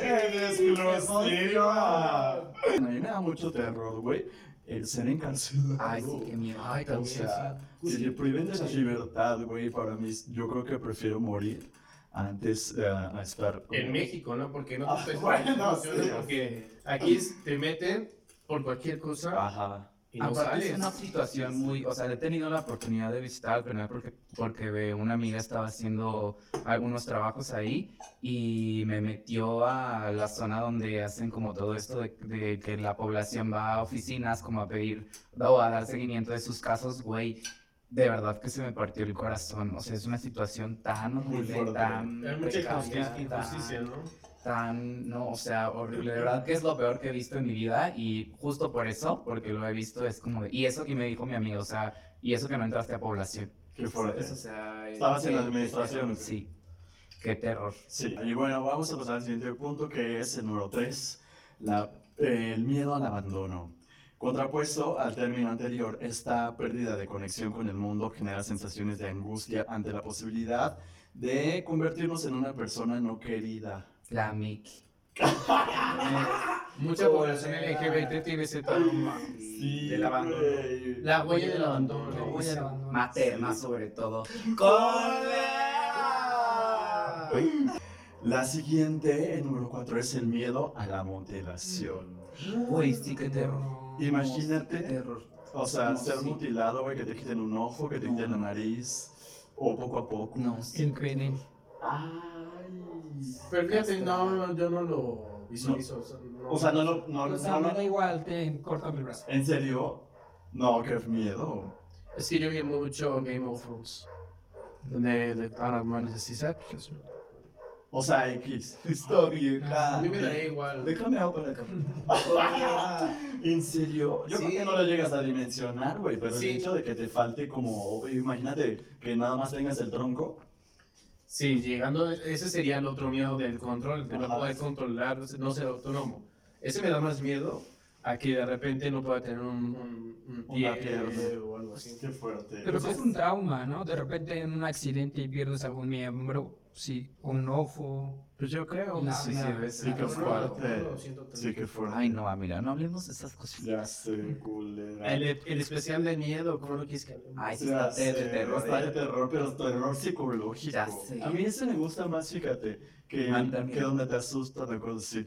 S3: ¡Qué exclusiva! A mí me da mucho terror, güey, el ser encarcelado.
S2: Ay, sí, qué miedo.
S4: Ay,
S3: O sea, si te priven de la libertad, güey, para mí, yo creo que prefiero morir antes eh, a estar...
S4: En México, ¿no? Porque no
S3: Ah,
S4: te estoy
S3: bueno,
S4: diciendo,
S3: sí.
S4: Porque aquí es- te meten por cualquier cosa
S3: Ajá.
S4: Ah, y no
S2: Aparte Ah, es
S4: sales.
S2: una situación muy, o sea, he tenido la oportunidad de visitar al penal porque, porque ve, una amiga estaba haciendo algunos trabajos ahí y me metió a la zona donde hacen como todo esto de, de que la población va a oficinas como a pedir o a dar seguimiento de sus casos, güey. De verdad que se me partió el corazón. O sea, es una situación tan horrible,
S3: fuerte.
S2: tan
S4: Hay mucha
S2: precaria,
S4: injusticia, injusticia,
S2: tan-
S4: ¿no?
S2: tan, no, o sea, horrible. De verdad que es lo peor que he visto en mi vida y justo por eso, porque lo he visto, es como, de- y eso que me dijo mi amigo, o sea, y eso que no entraste a población.
S3: Qué fuerte.
S2: ¿sabes? O sea,
S3: Estabas en
S2: sí,
S3: la administración.
S2: Sí, qué terror.
S3: Sí, y bueno, vamos a pasar al siguiente punto que es el número 3, el miedo al abandono. Contrapuesto al término anterior, esta pérdida de conexión con el mundo genera sensaciones de angustia ante la posibilidad de convertirnos en una persona no querida.
S2: La Mickey.
S4: Mucha población LGBT tiene ese trauma del abandono.
S3: güey.
S4: La huella del abandono.
S5: La huella del abandono.
S2: Materna, sobre todo.
S3: ¡Cólera! La siguiente, el número 4, es el miedo a la mutilación.
S2: Uy, sí, qué terror.
S3: Imagínate
S2: Qué terror.
S3: O sea,
S2: No,
S3: ser
S2: sí.
S3: mutilado, güey, que te quiten un ojo, que te quiten la nariz, o poco a poco.
S2: No, sí.
S5: Increíble.
S3: Ay.
S4: Pero fíjate, no, no, yo Este. no lo visualizo. no.
S3: O sea, no lo. No,
S5: O sea,
S3: no
S5: me
S3: lo-
S5: da igual, te cortan el brazo.
S3: ¿En serio? No, qué miedo.
S4: Es que yo vi mucho Game of Thrones. Donde de todas las manos así, ¿sabes?
S3: O sea, X. Historia.
S2: Ah,
S4: A mí me daría igual.
S3: Déjame hago para acá. ¿En serio? Yo creo
S4: Sí.
S3: que no lo llegas a dimensionar, güey, pero
S4: Sí.
S3: el hecho de que te falte como. güey, Imagínate que nada más tengas el tronco.
S4: Sí, llegando, ese sería el otro miedo del control, de no
S3: Ajá.
S4: poder controlar, no ser autónomo. Ese me da más miedo a que de repente no pueda tener un, un, un
S3: Una
S4: pie
S3: pierna.
S4: o algo así.
S3: Qué fuerte.
S5: Pero pues es un trauma, ¿no? De repente en un accidente pierdes algún miembro, sí, un ojo.
S4: Pues yo creo.
S5: La-
S2: Sí, sí,
S5: la-
S2: debe ser.
S3: Sí, qué
S4: No, no, no,
S3: fuerte.
S4: no, siento tanto.
S3: Sí, qué fuerte.
S2: Ay, no, mira, no hablemos de esas cosas.
S3: Ya sé, culera.
S4: El, el especial de miedo, ¿cómo lo quieres que hable?
S2: Ay, sí,
S3: Ya
S2: está de
S3: sé,
S2: terror.
S3: este, está
S2: eh.
S3: de terror, pero terror psicológico.
S2: Ya sé.
S3: A mí ese me gusta más, fíjate, que,
S2: A mí también.
S3: que donde te asusta de cosas así.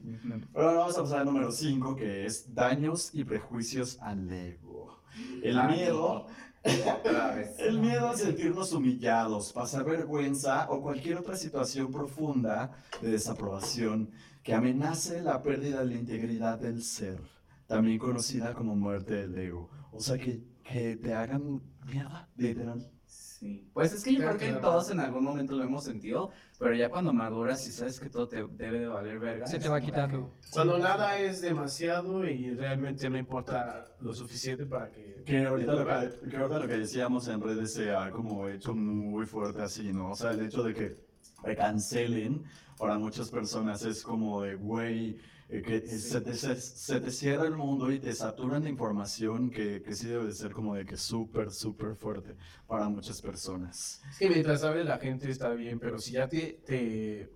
S3: Pero ahora vamos a pasar al número 5, que es daños y prejuicios al ego. El
S2: Ah,
S3: miedo,
S2: Otra vez.
S3: el miedo a sentirnos humillados, pasar vergüenza o cualquier otra situación profunda de desaprobación que amenace la pérdida de la integridad del ser, también conocida como muerte del ego. O sea, que, que te hagan mierda, literal.
S2: Sí. Pues es que yo
S4: Creo
S2: creo que
S4: que
S2: todos en algún momento lo hemos sentido, pero ya cuando maduras y sabes que todo te debe de valer verga.
S5: Se
S2: es
S5: te va
S2: como-
S5: quitando.
S4: Cuando nada es demasiado y realmente no importa lo suficiente para que...
S3: Que ahorita, lo que, que ahorita lo que decíamos en redes se ha como hecho muy fuerte así, ¿no? O sea, el hecho de que me cancelen, para muchas personas es como de, güey, eh, que se te, se- se te cierra el mundo y te saturan de información que, que sí debe de ser como de que súper, súper fuerte para muchas personas.
S4: Es que mientras hable la gente está bien, pero si ya te... te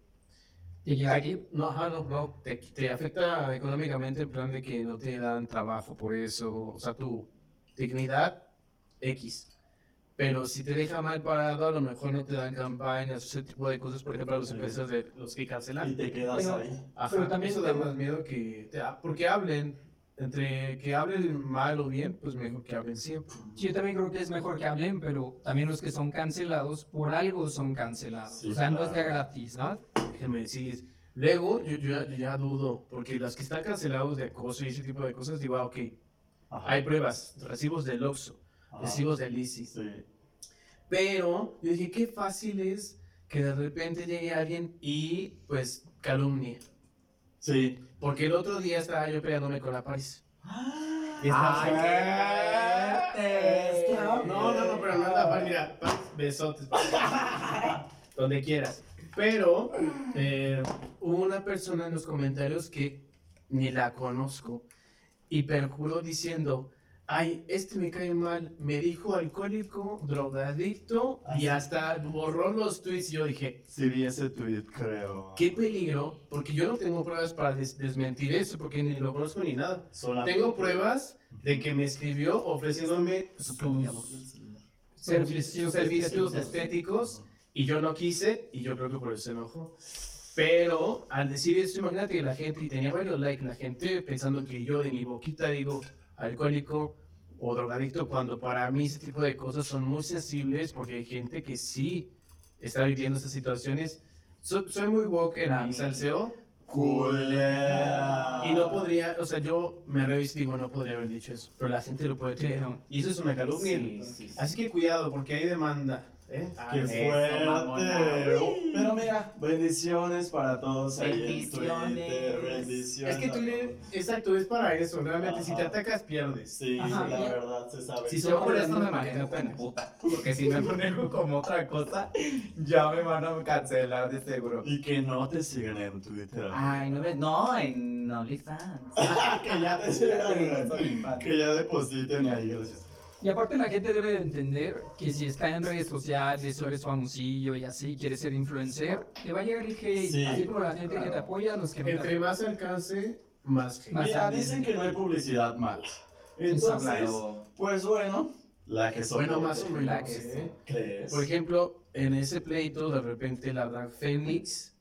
S5: Y ya aquí,
S4: no, ajá, no, no, te, te afecta económicamente en plan de que no te dan trabajo por eso, o sea, tu dignidad X. Pero si te deja mal parado, a lo mejor no te dan campañas, ese tipo de cosas, por ejemplo, a los empresas de los que cancelan.
S3: Y te quedas
S5: Bueno,
S3: ahí.
S4: Ajá,
S5: Pero también
S4: eso da
S5: te-
S4: más miedo que te ha- porque hablen entre que hablen mal o bien, pues mejor que hablen siempre.
S5: yo también creo que es mejor que hablen, pero también los que son cancelados, por algo son cancelados.
S3: Sí,
S5: o sea, no es de
S3: claro.
S5: gratis, ¿no?
S4: Déjenme decir. Luego yo, yo ya, yo ya dudo, porque las que están cancelados de acoso y ese tipo de cosas, digo, ah, ok,
S3: Ajá,
S4: hay pruebas, recibos del Oxxo,
S3: ajá.
S4: recibos del ISIS.
S3: Sí.
S4: Pero yo dije, qué fácil es que de repente llegue alguien y pues calumnie.
S3: Sí.
S4: Porque el otro día estaba yo peleándome con la Paris.
S2: Este,
S4: No, no, no, pero no la par, mira, pa- besotes. pa- Donde quieras. Pero eh, hubo una persona en los comentarios que ni la conozco y perjuró diciendo, ay, este me cae mal, me dijo alcohólico, drogadicto y hasta borró los tweets. Y yo dije,
S3: Sí vi ese tweet, creo.
S4: qué peligro, porque yo no tengo pruebas para des- desmentir eso, porque ni lo conozco ni nada. Tengo pruebas de que me escribió ofreciéndome sus servicios, servicios estéticos y yo no quise y yo creo que por eso se enojó. Pero al decir eso, imagínate que la gente, y tenía varios likes, la gente pensando que yo de mi boquita digo alcohólico o drogadicto, cuando para mí ese tipo de cosas son muy sensibles porque hay gente que sí está viviendo esas situaciones. So- soy muy woke en el salseo,
S3: Culea.
S4: y no podría, o sea, yo me revisto y digo, no podría haber dicho eso. Pero la gente lo puede creer.
S5: no.
S4: Y eso es una calumnia. Así que cuidado, porque hay demanda. ¿eh?
S3: ¡Qué
S2: Eso,
S3: fuerte!
S2: mamona.
S3: Pero mira, bendiciones para todos ahí en
S2: Bendiciones.
S3: Twitter, bendiciones.
S4: Es que tú le- Exacto, es para eso. Realmente, si te
S3: Ajá.
S4: atacas, pierdes.
S3: Sí,
S5: Ajá.
S3: la verdad se sabe.
S4: Sí, sí.
S2: Yo por eso me manejo con puta. Porque si me manejo como otra cosa, ya me van a cancelar de este seguro.
S3: Y que no te sigan en Twitter.
S2: Ay, no, ve- no, en OnlyFans.
S3: Ah, que ya te sigan en Que ya depositen ahí. gracias.
S5: Y aparte la gente debe de entender que si está en redes sociales o eres famosillo y así, quieres ser influencer, te va a llegar el hate,
S3: Sí.
S5: así como la gente que te apoya, los que no te
S4: Entre
S5: apoyan.
S4: más alcance, más que.
S5: Más-
S3: Mira, dicen que no hay publicidad mal. Entonces,
S2: Pero-
S3: pues bueno, la que soy.
S4: Bueno, más o menos.
S2: Relax.
S4: ¿eh?
S3: ¿Crees?
S4: Por ejemplo, en ese pleito, de repente la Dark Phoenix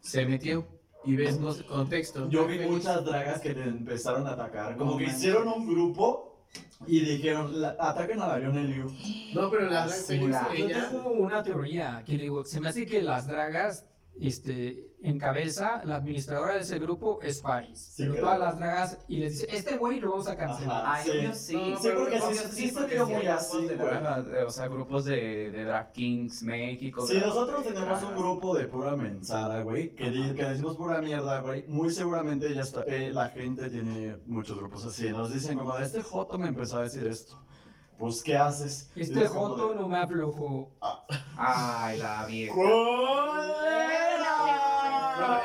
S4: se metió. Y ves los contextos.
S3: Yo
S4: Dark
S3: vi
S4: Phoenix-
S3: muchas dragas que te empezaron a atacar. Como
S2: No
S3: que
S2: manches.
S3: hicieron un grupo y dijeron, "La- ataquen a Darion Eliu.
S4: No, pero la Dark
S2: Sí,
S4: Phoenix,
S2: la-
S5: Yo
S4: ella.
S5: tengo una teoría que digo, se me hace que las dragas este, encabeza, la administradora de ese grupo es Paris.
S3: Sí,
S5: pero
S3: claro.
S5: todas las dragas y les dice, este güey lo vamos a cancelar.
S3: Ajá,
S2: Ay,
S3: sí.
S2: obvio, sí.
S4: No,
S3: sí, porque sí,
S2: obvio,
S3: sí, sí, porque
S2: sí
S3: muy
S2: hay
S3: así,
S2: grupos de
S3: güey.
S2: drag- de- O sea, grupos de, de Drag Kings, México.
S3: Si
S2: drag-
S3: nosotros tenemos un grupo de pura mensada, güey, que, di- que decimos pura mierda, güey, muy seguramente ya está, eh, la gente tiene muchos grupos así. Nos dicen como, este Joto me empezó a decir esto. Pues, ¿qué haces? Y
S5: Este
S3: es como
S5: joto
S3: de,
S5: no me aflojó.
S2: Ay, la vieja.
S4: Bueno,
S3: "¡Culera!".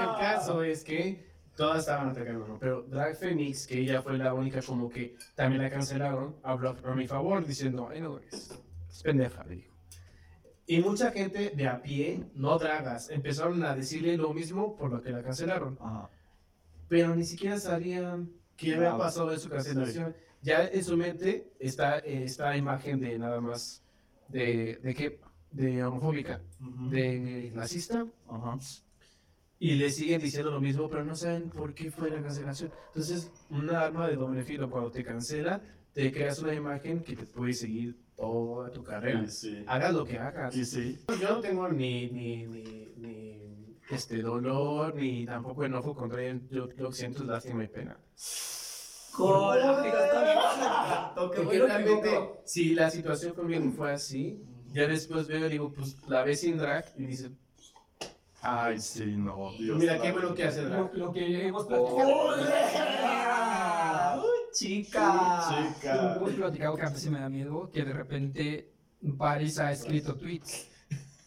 S4: el caso es que todas estaban atacando, ¿no? pero Drag Phoenix, que ella fue la única como que también la cancelaron, habló a mi favor diciendo, ay no, es, es pendeja, le dijo. Y mucha gente de a pie, no dragas, empezaron a decirle lo mismo por lo que la cancelaron,
S3: Ajá.
S4: pero ni siquiera sabían qué había
S3: Nada.
S4: pasado de su cancelación. Ya en su mente está eh, esta imagen de nada más, de, de qué, de homofóbica,
S3: Ujú.
S4: de racista,
S3: Ajá.
S4: y le siguen diciendo lo mismo, pero no saben por qué fue la cancelación. Entonces, una arma de doble filo, cuando te cancela, te creas una imagen que te puede seguir toda tu carrera.
S3: Y sí.
S4: Hagas lo que hagas.
S3: Y sí.
S4: Yo no tengo ni, ni, ni, ni, este dolor, ni tampoco enojo contra él. Yo lo que siento es lástima y pena. Porque realmente, si la situación conmigo fue así, ya después veo y digo, pues la ves sin drag y dices,
S3: Ay, sí, no, Dios.
S4: mira
S3: la-
S4: qué bueno que hace drag.
S5: Lo, lo que hemos platicado.
S2: Chica.
S3: Chica.
S5: Hemos platicado que a veces me da miedo que de repente Paris ha escrito tweets.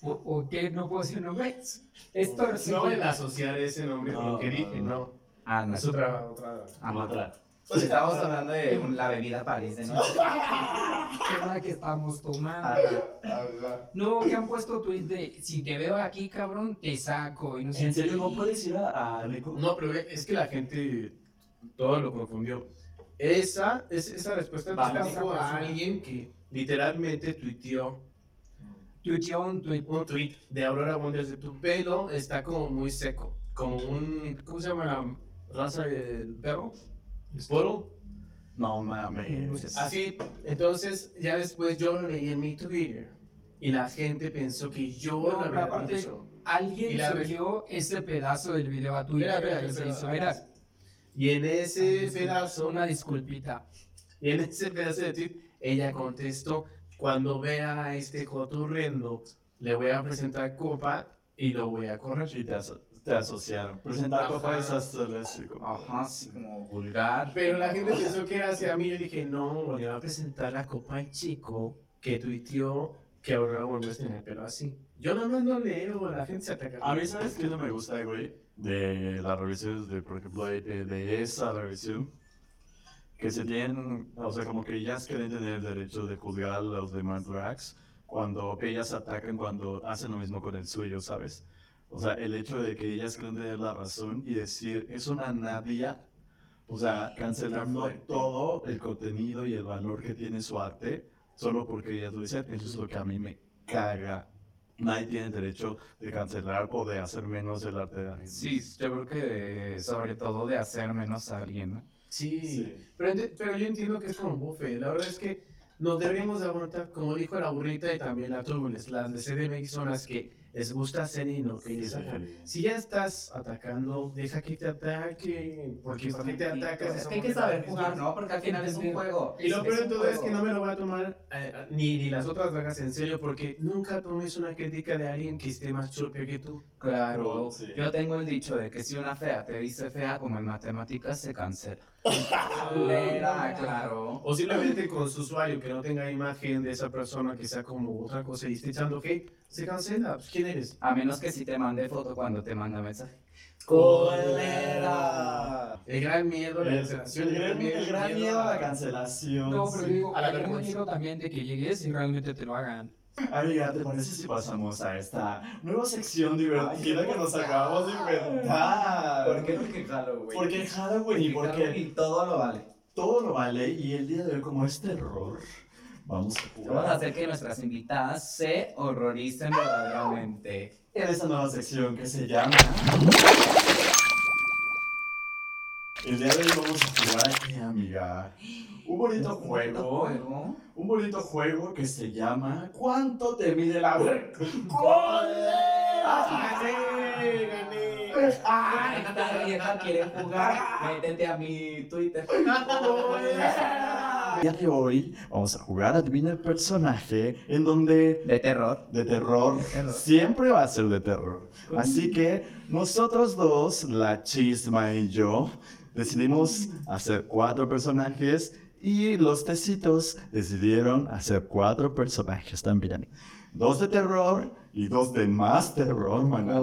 S5: O, o que no puedo decir nombres. Esto
S4: No voy a asociar ese nombre con lo que dije, no.
S2: Ah, no.
S4: Es otra, otra.
S2: Ah,
S3: Otra.
S2: Estábamos hablando de un- la bebida París de noche. Ah.
S5: tema que estamos tomando.
S2: Ajá.
S5: No, que han puesto tweets de si te veo aquí, cabrón, te saco. Y no sé
S3: ¿En serio
S5: qué.
S3: no puedes ir a, a Rico?
S4: No, pero ve, es que la gente todo lo confundió. Esa, es, esa respuesta
S3: Vamos
S4: la dijo
S5: a
S4: a
S5: pasar.
S4: alguien que literalmente tuiteó
S5: Tuiteó un tweet.
S4: un tweet de Aurora Wonders de tu pelo está como muy seco, como un, ¿cómo se llama la raza del perro? ¿Poro?
S3: No mames.
S4: Así, entonces ya después yo lo leí en mi Twitter y la gente pensó que yo
S5: No,
S4: lo
S5: pero
S4: había
S5: aparte-
S4: dicho. Y
S5: Alguien
S4: la-
S5: subió ese pedazo del video a Twitter.
S4: Espera, espera,
S5: y se
S4: espera,
S5: hizo,
S4: espera.
S5: "Mira,
S4: ah, Y en ese pedazo,
S5: una disculpita.
S4: y en ese pedazo de tweet, ella contestó, cuando vea a este coturrendo, le voy a presentar copa y lo voy a correr.
S3: Y te, aso- te asociaron. Presentar copa
S4: Ajá.
S3: es astrológico.
S2: Ajá, sí, como vulgar.
S4: Pero la gente pensó que era hacia mí. Yo dije, no, le va a presentar la copa al chico que tuiteó que ahora volvés a tener pelo así. Yo nomás no leo, la gente se ataca.
S3: A mí, ¿sabes qué no me gusta, güey? De las revisiones, de, por ejemplo, de, de esa revisión. Que se tienen, o sea, como que ellas quieren tener el derecho de juzgar a los demás drags cuando ellas atacan, cuando hacen lo mismo con el suyo, ¿sabes? O sea, el hecho de que ellas quieren tener la razón y decir, es una nadia, o sea, cancelando todo el contenido y el valor que tiene su arte solo porque ellas lo dicen, eso es lo que a mí me caga. Nadie tiene derecho de cancelar o de hacer menos el arte de alguien.
S2: Sí, yo creo que sobre todo de hacer menos a alguien, ¿no?
S4: Sí,
S3: Sí.
S4: Pero, ent- pero yo entiendo que es como un buffet. La verdad es que nos deberíamos de aguantar, como dijo la burrita y también la turbulence. Las de CDMX son las que les gusta hacer y no que les sacan. Si ya estás atacando, deja que te ataquen. Porque para qué te atacas.
S2: Es que hay que saber jugar, ¿no? Porque al final es un juego.
S4: Y lo peor de
S2: un
S4: todo es que
S2: juego.
S4: no me lo voy a tomar eh, eh, ni, ni las otras dragas en serio, porque nunca tomes una crítica de alguien que esté más churpio que tú.
S2: Claro,
S3: Sí.
S2: yo tengo el dicho de que si una fea te dice fea, como en matemáticas, se cancela. Neta, claro.
S4: O simplemente con su usuario que no tenga imagen de esa persona que sea como otra cosa y esté echando hate, se cancela. Pues, ¿Quién eres?
S2: A menos que si te mande foto cuando te manda mensaje.
S3: ¡Colera!
S4: El gran miedo a la
S3: El,
S4: cancelación.
S3: gran- el gran miedo a la cancelación.
S5: No, pero
S3: sí.
S5: digo,
S4: A la
S5: hay un
S4: vergüenza.
S5: miedo también de que llegues y realmente te lo hagan.
S3: Amiga, ¿te parece si pasamos a esta nueva sección divertida que nos acabamos de inventar?
S2: Porque Halloween.
S3: Porque Halloween y porque
S2: Halloween todo lo vale.
S3: todo lo vale y el día de hoy como es terror, vamos a
S2: Vamos a
S3: jugar
S2: hacer que nuestras invitadas se horroricen verdaderamente.
S3: en esta nueva sección que se llama... El día de hoy vamos a jugar aquí, amiga. Un bonito juego.
S2: Juego.
S3: un bonito juego que se llama ¿Cuánto te mide la ¡Cólera!
S4: ¡Gané! ¡Gané!
S2: Ay, esta vieja quiere jugar. Métete a mi Twitter.
S3: El día de hoy vamos a jugar Adivina el personaje en donde
S2: De terror.
S3: de terror siempre va a ser de terror. Así que nosotros dos, la chisma y yo, decidimos hacer cuatro personajes y los tecitos decidieron hacer cuatro personajes también. Dos de terror y dos de más terror, maná.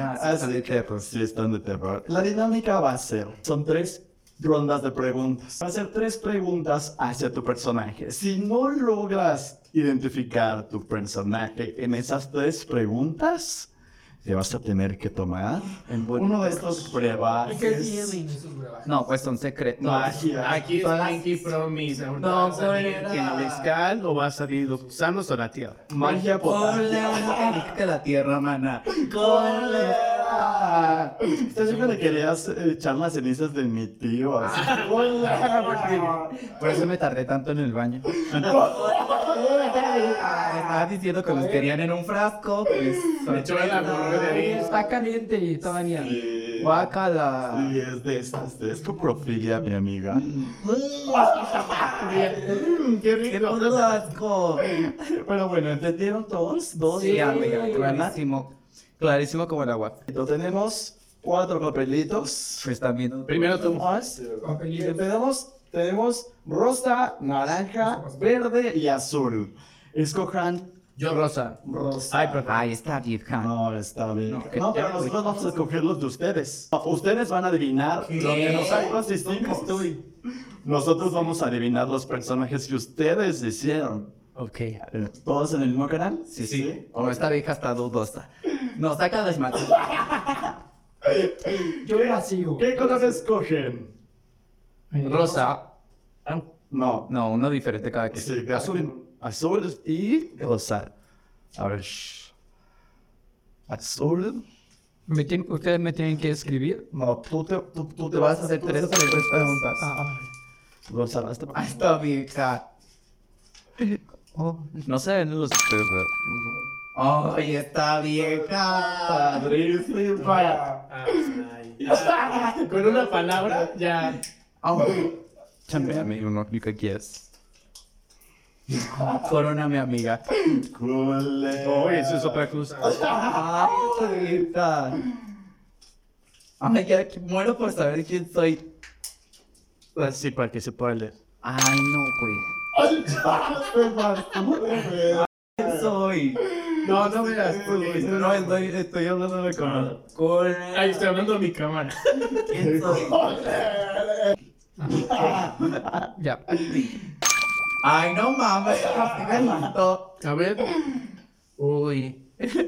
S2: Ah,
S3: Así de terror, sí, están de terror. La dinámica va a ser, son tres rondas de preguntas. Va a ser tres preguntas hacia tu personaje. Si no logras identificar tu personaje en esas tres preguntas, te vas a tener que tomar uno de estos
S5: ¿Y qué
S3: brebajes.
S5: tienen esos brebajes?
S2: No, pues son secretos.
S3: Magia.
S4: Aquí es Pinky Promise. Ahorita
S2: No,
S4: va a salir
S2: fuera.
S4: el mezcal o va a salir los gusanos o la tierra.
S3: Magia potente.
S2: que la tierra, mana.
S3: ¡Cólera! Estás seguro que querías eh, echar las cenizas de mi tío. así. ¡Cólera!
S2: Por eso me tardé tanto en el baño. Estaba diciendo que los querían en un frasco. Pues,
S4: Me echó en la borrería.
S5: Está caliente y todavía.
S3: Sí.
S2: Guácala.
S3: Sí, es de estas, es coprofilia, mi amiga.
S4: ¡Qué
S2: ¡Qué frasco!
S3: Pero bueno, ¿entendieron todos? Dos.
S2: Sí, amiga, clarísimo. Clarísimo como el agua.
S3: Entonces, tenemos cuatro papelitos.
S2: Pues también.
S4: Primero tú.
S3: Más.
S5: Papelitos.
S3: Tenemos, tenemos rosa, naranja, verde y azul. Escojan
S4: Yo rosa.
S3: Rosa.
S4: Ay, perdón.
S2: Ay, está vieja.
S3: Ah, No, está bien.
S2: No,
S3: No,
S2: que te-
S3: pero nosotros vamos a escoger los de ustedes. Ustedes van a adivinar lo que nosotros hicimos. Nosotros vamos a adivinar los personajes que ustedes hicieron. Eh,
S4: Ok.
S3: ¿Todos en el mismo canal?
S2: Sí, sí. O esta vieja está dudosa. Nos saca de matar.
S5: Yo la sigo.
S3: ¿Qué color escogen?
S4: Rosa.
S3: No.
S2: No, uno diferente cada que
S3: Sí, azul. Azul y rosa. A ver. Azul.
S5: Me tienen- ustedes me tienen que escribir.
S3: No, tú te, tú, tú te vas a hacer tres, tres preguntas.
S5: Ah,
S3: Rosa, basta.
S2: Ah, Esta vieja.
S3: No sé, no los
S2: Ay, esta vieja.
S3: Padrísima.
S4: Con una palabra, ya.
S2: Chame, amigo, no clic aquí es. Corona, mi amiga.
S3: Cool.
S4: otra cosa.
S2: Ay, esta vieja. Ay, ya que- muero por saber quién soy.
S4: Pues Sí, para que se pueda leer.
S2: Ay, no, güey. ¿Quién soy?
S4: No, no veas.
S2: No, estoy, estoy hablando de corona. Corona.
S4: Ay, estoy hablando a mi cámara.
S2: ¿Quién soy?
S5: ah, ya.
S2: Ay, no mames.
S4: A ver. Uy.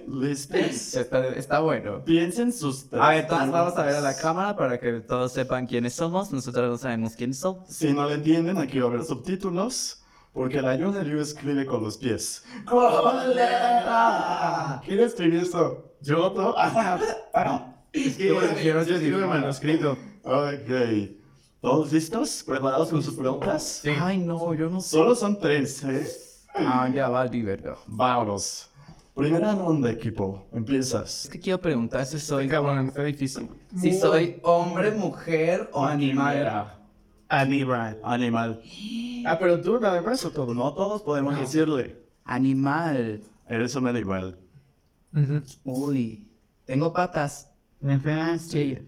S3: Listos.
S2: Está, está bueno.
S3: Piensen sus tres.
S2: A ver, todas vamos a ver a la
S3: preguntas.
S2: cámara para que todos sepan quiénes somos. Nosotros no sabemos quiénes somos.
S3: Si no le entienden, aquí va a haber subtítulos. Porque la ayuda yo escribe con los pies. ¡Colera! ¿Quién escribió eso? ¿Yo? ¿No?
S4: Ah, Es
S3: que-
S4: yo escribo el manuscrito.
S3: ok. ¿Todos listos? ¿Preparados con sus preguntas?
S4: Sí.
S2: Ay, no, yo no
S3: Solo son tres, ¿eh?
S2: Ah, ya va el divertido.
S3: Vámonos. Primera ronda, equipo. Empiezas.
S2: Es que quiero preguntar si soy,
S4: Cabrón, está difícil.
S2: si soy hombre, mujer o animal.
S4: Animal.
S3: Animal.
S4: Ah, pero tú nada más o Ah. todo.
S3: No todos podemos decirle.
S2: Animal.
S3: Eres un animal.
S2: Uy, tengo patas.
S5: Sí.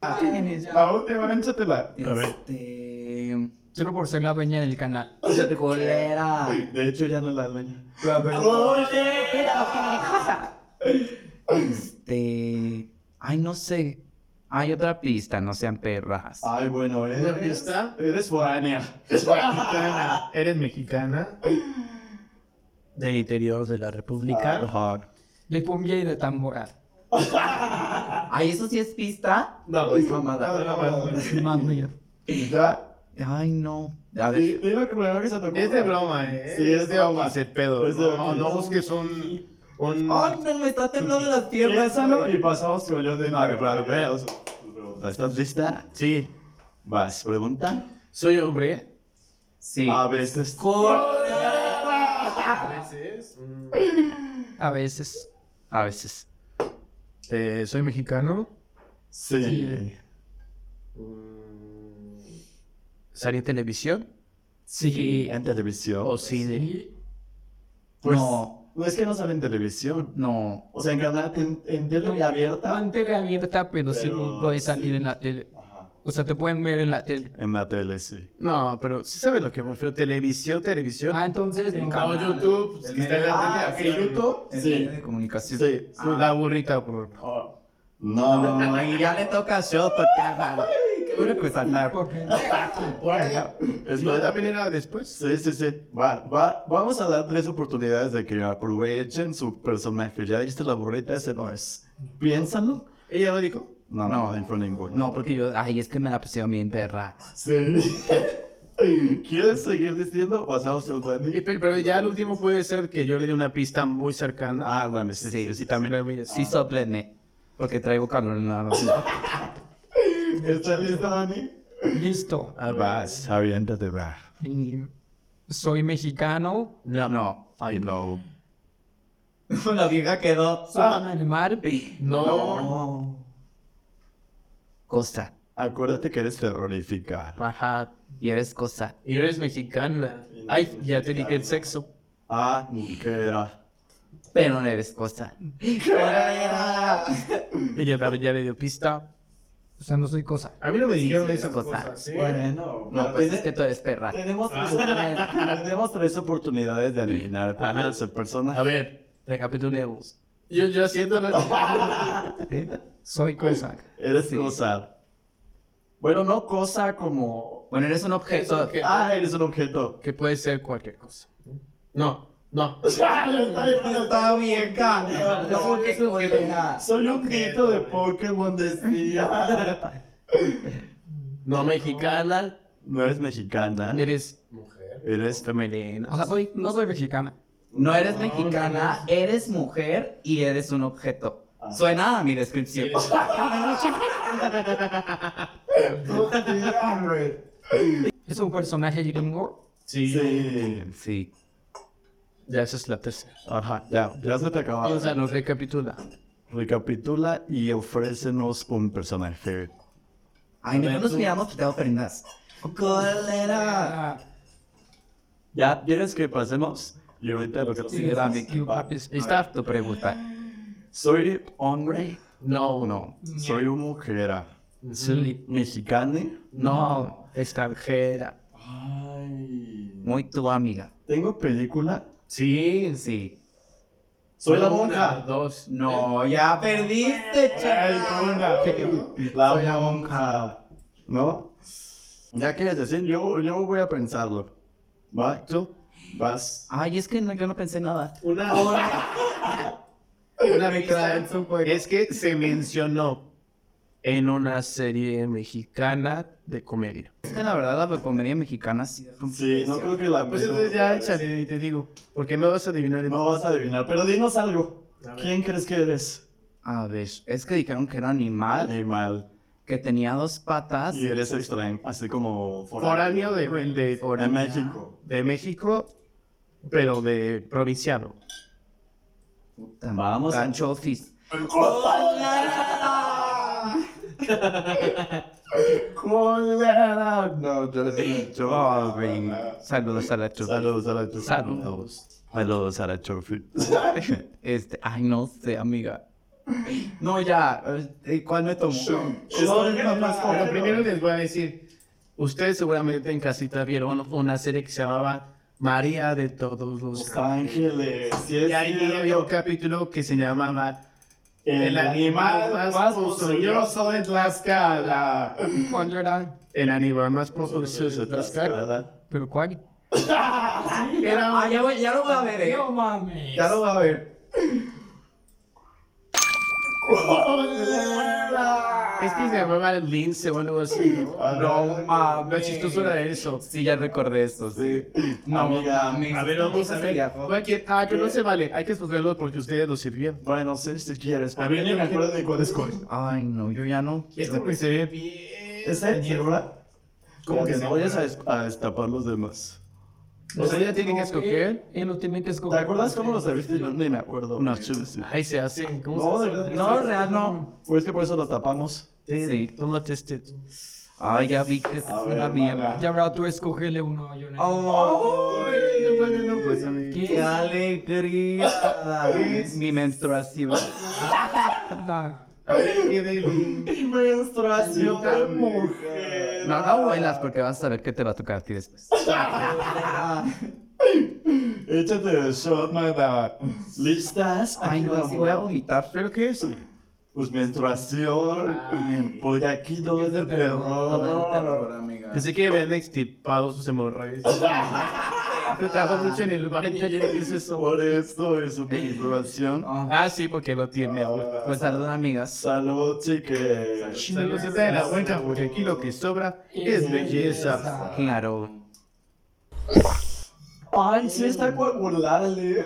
S3: Aún te énchatela. A ver.
S2: Este.
S5: Solo por ser la dueña del canal.
S2: Colera.
S3: De hecho, ya no la dueña.
S2: Este. Ay, no sé. Hay otra pista, no sean perras.
S3: Ah, Ay, bueno,
S4: ¿Una
S3: eres.
S4: pista?
S3: Eres foránea.
S4: Mexicana. ¿Eres mexicana? Del interior de la República.
S3: Ajá.
S5: De cumbia y de tambora.
S2: Ay, Ah, eso sí es pista.
S4: No,
S2: Ay, mamada.
S5: Más mío.
S3: Ya.
S2: Ay, no. A ver.
S3: Di- Dime que primero que se te ocurra.
S4: Es de broma, ¿eh?
S3: Sí, es de broma.
S4: Hacer pedo.
S3: Es de
S4: no,
S3: broma.
S4: no busques un. un...
S2: Ay, no, me está temblando las piernas.
S3: Piénsalo y pasamos con yo de nave para ver. ¿Estás lista?
S4: Sí.
S3: Vas, pregunta.
S4: Soy hombre.
S2: Sí.
S3: A veces.
S4: A veces. mm,
S5: A veces.
S2: A veces.
S4: eh, soy mexicano.
S3: Sí.
S4: mm, ¿Salí en televisión?
S5: Sí.
S3: En televisión.
S4: ¿O sí de.?
S3: Pues,
S2: No.
S3: No es que no sale en televisión.
S2: No.
S3: O sea, en canal, en, en tele abierta.
S5: Mantele abierta, pero sí
S3: Pero
S5: puedes salir
S3: sí.
S5: en la tele. O sea, te pueden ver en la tele.
S3: En la tele, sí.
S4: No, pero sí sabes lo que me refiero. Televisión, televisión.
S5: Ah, entonces. no.
S4: no, YouTube. pues, que está en la
S3: Ah,
S4: tele,
S3: ¿en YouTube?
S2: En
S3: Sí.
S2: medio de comunicación.
S3: Sí.
S4: Ah. La burrita, por
S3: Oh. No, no, no.
S2: Ay, ya le toca yo porque Qué bueno que saltar.
S5: Porque
S3: Es
S4: ¿No
S3: verdad.
S4: también era después?
S3: Sí, sí, sí. Va, va. Vamos a dar tres oportunidades de que aprovechen su personaje. Ya dijiste la burrita, ese no es. Piénsalo.
S4: ¿Ella lo dijo?
S3: No, no, no fue ninguno.
S2: No, porque yo. Ay, es que me la pusieron bien perra.
S3: Sí. ¿Quieres seguir diciendo? Pasamos al
S4: Y
S3: Wendy.
S4: pe- Pero ya al último puede ser que yo le dé una pista muy cercana.
S3: Ah, bueno, sí,
S2: Sí,
S3: sí.
S4: Sí, también lo voy a
S2: Sí,
S4: decir.
S2: soplenme. Porque traigo calor en la noche.
S3: ¿Estás lista, Dani?
S5: Listo.
S4: Ah,
S3: Vas, aviéntate, va.
S5: Y Soy mexicano.
S2: No, no.
S3: Ay, no.
S2: La vieja quedó.
S5: Soy un animal.
S4: No.
S2: Cosa.
S3: Acuérdate que eres terrorífica.
S2: Ajá. Y eres cosa.
S4: Y eres mexicana. Ay, ya te dije el sexo.
S3: Ah, ¿qué era?
S2: Pero no eres cosa.
S4: Ella también ya le dio pista.
S5: O sea, no soy cosa.
S4: A mí no me
S2: Sí,
S4: dijeron
S2: sí,
S4: esas
S2: cosa.
S4: cosas, ¿sí?
S3: Bueno,
S2: No,
S3: pero
S2: pues es
S3: tiene-
S2: que tú eres perra.
S3: tenemos,
S4: Ah.
S3: tres, tenemos tres oportunidades de adivinar
S2: Ajá.
S3: a esa persona.
S4: A ver,
S2: Recapitulemos.
S4: yo, yo haciendo
S5: Soy cosa.
S3: Eres
S2: Sí.
S3: cosa. Bueno, no cosa como.
S2: Bueno, eres un objeto
S4: que,
S3: Ah, eres un objeto.
S4: que puede ser cualquier cosa. No, no.
S3: Está bien, cabrón. Soy un grito de Pokémon día.
S4: No mexicana,
S3: No eres mexicana.
S2: Eres
S4: mujer.
S3: Eres
S5: O
S3: femenina.
S5: sea, soy, no soy mexicana.
S2: No eres
S4: No,
S2: mexicana, eres mujer y eres un objeto. Suena a mi descripción.
S5: Es un personaje gringo.
S4: Sí.
S3: Sí.
S2: Sí.
S4: Ya esa es la tercera.
S3: Ajá, ya. Ya se te acabó.
S4: O sea, nos recapitula.
S3: Recapitula y ofrécenos un personaje.
S2: Ay, no nos miramos quitado prendas. ¿Cuál era?
S5: Ah,
S3: Ya, ¿quieres que pasemos? Y ahorita lo que
S5: sí,
S3: era
S5: sí,
S3: mi
S5: sí, papis.
S2: Está tu pregunta.
S3: Soy hombre.
S4: No,
S3: No, soy una mujer
S4: Sí.
S3: mexicana.
S4: No, extranjera.
S3: Ay.
S2: Muy tu amiga.
S3: Tengo película.
S4: Sí.
S2: Sí.
S3: Soy la
S4: Una,
S3: monja.
S4: dos.
S2: No, ya perdiste,
S3: Ay,
S2: chaval.
S3: una. La monja. ¿No? Ya quieres decir, yo, yo voy a pensarlo. ¿Va? ¿Tú? ¿Vas?
S2: Ay, es que no, yo no pensé nada.
S4: Una Una vez es que se mencionó en una serie mexicana de comedia.
S2: Es que la verdad la comedia mexicana sí. deja un-
S3: Sí, no creo que la...
S4: Pues entonces ya échale y te digo, porque no vas a adivinar el
S3: No vas a adivinar, pero dinos algo.
S4: A ver.
S3: ¿Quién crees que eres?
S2: A ver, es que dijeron que era animal,
S3: Animal.
S2: que tenía dos patas.
S3: Y eres extraño, así como...
S4: foráneo de, de,
S3: De México.
S4: de México, pero de provinciano.
S2: Puta,
S3: Vamos.
S2: Rancho Office.
S3: ¡Cólera! No, yo le Saludos
S2: Oh, Saludos a la Chofi.
S3: a la chofi.
S2: Saludos.
S3: Saludos a la chofi.
S2: Este, ay, no sé, amiga. No, ya. eh, ¿Cuál me tomó?
S4: Pero primero les voy a decir, ustedes seguramente en casita vieron una serie que se llamaba María de todos los
S3: Los Ángeles. Sí, es
S4: Y ahí
S3: cierto.
S4: había un capítulo que se llamaba El animal más
S3: poseñoso
S4: poseñoso de Tlaxcala.
S5: ¿Cuál era?
S4: El animal más poseñoso de Tlaxcala.
S3: ¿Verdad?
S5: ¿Pero cuál? Ah,
S4: Era
S2: ya, voy- ya lo voy a ver, eh.
S5: No mames.
S2: Ya lo voy a ver.
S4: es que Este se llamaba Lince o algo así.
S2: No
S4: ¿no? Lo
S2: mames.
S4: chistoso era eso.
S2: Sí, ya recordé esto, sí. No,
S3: Amiga,
S2: mames.
S4: A ver, vamos a ver. Cualquier- Ah, que no se vale. Hay que escogerlo porque ustedes lo sirvieron.
S3: Bueno, sí, si quieres.
S4: A ver,
S3: Yo ni me
S4: ¿qué-
S3: acuerdo de cuál es cuál.
S2: Ay, no, yo ya no
S4: Este
S2: quiero.
S4: pues se ve bien.
S3: ¿Es el ¿verdad? Como que no
S4: no?
S3: vayas a, des- a destapar los demás.
S4: O sea, ya tienen que escoger.
S5: Él no tiene que
S3: ¿Te
S5: escoger.
S3: acuerdas cómo los serviste? Yo ni me acuerdo. No,
S4: Ahí se hacen. ¿Cómo
S3: No,
S4: se
S3: de verdad.
S2: No, real, no.
S3: Pues que por eso los tapamos.
S2: Sí.
S4: Toma este.
S2: Ay, ya vi que esta
S3: A
S2: es
S3: ver,
S2: una mierda.
S3: hermana.
S5: Ya ahora tú escogele uno, yo no.
S2: Oh. pues, ¡Qué alegría! Mi menstruación.
S5: Ah,
S3: Menstruación
S4: de
S3: mujer.
S2: No, no vuelas porque vas a ver que te va a tocar a ti después.
S3: Échate de shot, nada. ¿Listas?
S2: Ay, no, así voy a vomitar.
S4: ¿Pero qué es?
S3: Pues menstruación. Porque aquí todo es de terror.
S2: amiga.
S4: Pensé que habían extirpado sus hemorroides. Te trabajas mucho en el baño y es eso.
S3: Por esto es su menstruación.
S4: Ah, sí, porque lo tiene. güey.
S2: Pues salud, amigas.
S3: Salud, chiques.
S4: Saludos se da la vuelta porque aquí lo que sobra es
S5: ah.
S4: belleza.
S2: Claro.
S3: Ay, sí está coagulada, le.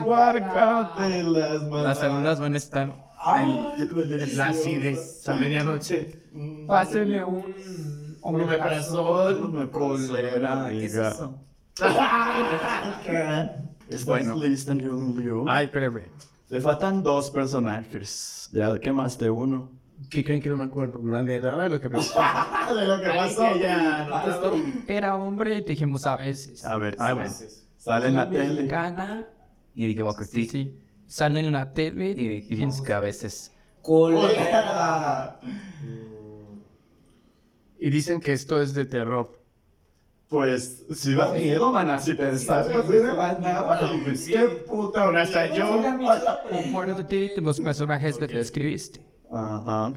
S3: Guárdate las manos.
S2: Las segundas van a estar.
S4: La acidez. A medianoche.
S5: Pásenle un.
S4: Un omeprazol.
S3: Me colera,
S2: ¿Qué es
S3: amiga.
S2: eso?
S3: ¿Estás
S4: Bueno.
S3: lista, Leon Liu?
S4: Ay, espérame.
S3: Le faltan dos personajes. Ya quemaste uno.
S4: ¿Qué creen que no me acuerdo? No, de nada de lo que me
S3: Ah, de lo que pasó.
S5: Era hombre y te dijimos a veces.
S3: A ver, a ver. ah, Sale en la tele.
S5: Gana.
S2: Y dije, bueno, que sí.
S5: Sí. sale en la tele
S2: Y dijimos que a veces. ¡Culera!
S4: Y dicen que esto es de terror.
S3: Pues, si da miedo, maná, si te estás haciendo pues qué puta, ahora hasta yo.
S5: Acuérdate de los personajes que describiste.
S3: Ajá.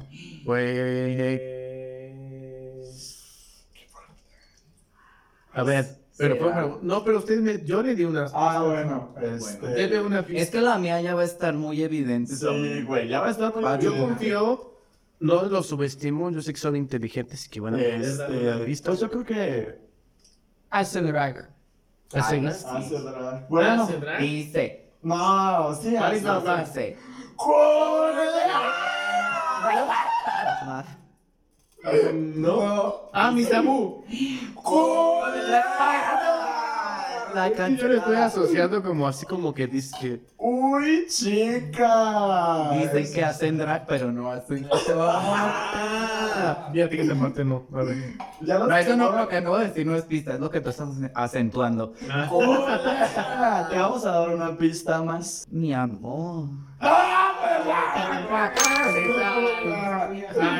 S4: A ver, pero por favor, no, pero usted me, yo le di unas.
S3: Ah, bueno, este...
S4: Debe una
S2: Es
S4: pista.
S2: que la mía ya va a estar muy evidente.
S3: Sí, güey, ya va a estar muy
S4: Yo
S3: Ah, bien.
S4: confío, no los subestimo, yo sé que son inteligentes y que van a
S3: Este, pues yo creo que...
S5: Acceleraga.
S4: Hacen-
S3: Hace drag. Bueno,
S2: Dice.
S3: no, sí, hace drag.
S2: Dice.
S4: No. Ah, mi tabú.
S2: La
S4: Yo le estoy asociando como así como que dice que.
S3: ¡Uy, chica!
S2: Dicen que hacen drag, pero no hacen.
S4: Ah, fíjate que esa parte no. A ver.
S3: Ya lo
S2: No, eso no, lo que acabo de decir no es pista, es lo que tú estás acentuando.
S3: Ah, Te vamos a dar una pista más.
S2: Mi amor.
S4: Ah,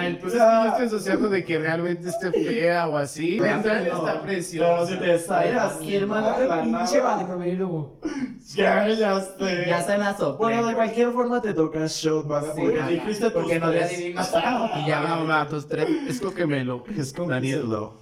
S4: entonces sí, yo estoy asociando de que realmente esté fea o así. Mental
S2: é
S4: está
S3: Pero
S4: preciosa.
S3: si te sale así, hermana, de la nada. Ya, ya sé.
S2: Ya se la soplé.
S3: Bueno, de cualquier é forma te toca shot, ¿verdad?
S2: Sí,
S3: porque é
S2: ajá.
S3: dijiste tus
S2: Porque é no le
S3: tres.
S2: adivinas.
S4: Y ya va, va, dos, tres. Es como que me lo. Es como Daniel.
S3: Danielo.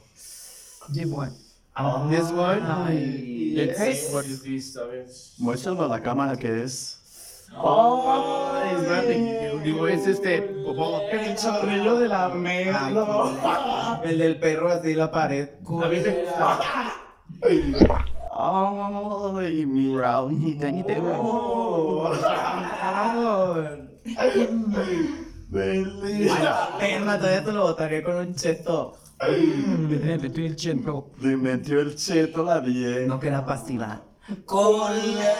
S4: Ah, This one.
S2: Ay,
S4: Let's see
S2: yes.
S4: what is this, a ver.
S3: Muéstrame a la cámara que es.
S4: It's nothing. Digo, es este. popó.
S3: El chorrillo de la mela.
S2: El del perro así la pared.
S4: A mí me gusta.
S3: Ay, mira, unita, ni te Belleza.
S2: Perna, todavía te lo botaría con un cheto.
S3: Le metió el cheto la bien.
S2: No queda pasiva. Colera.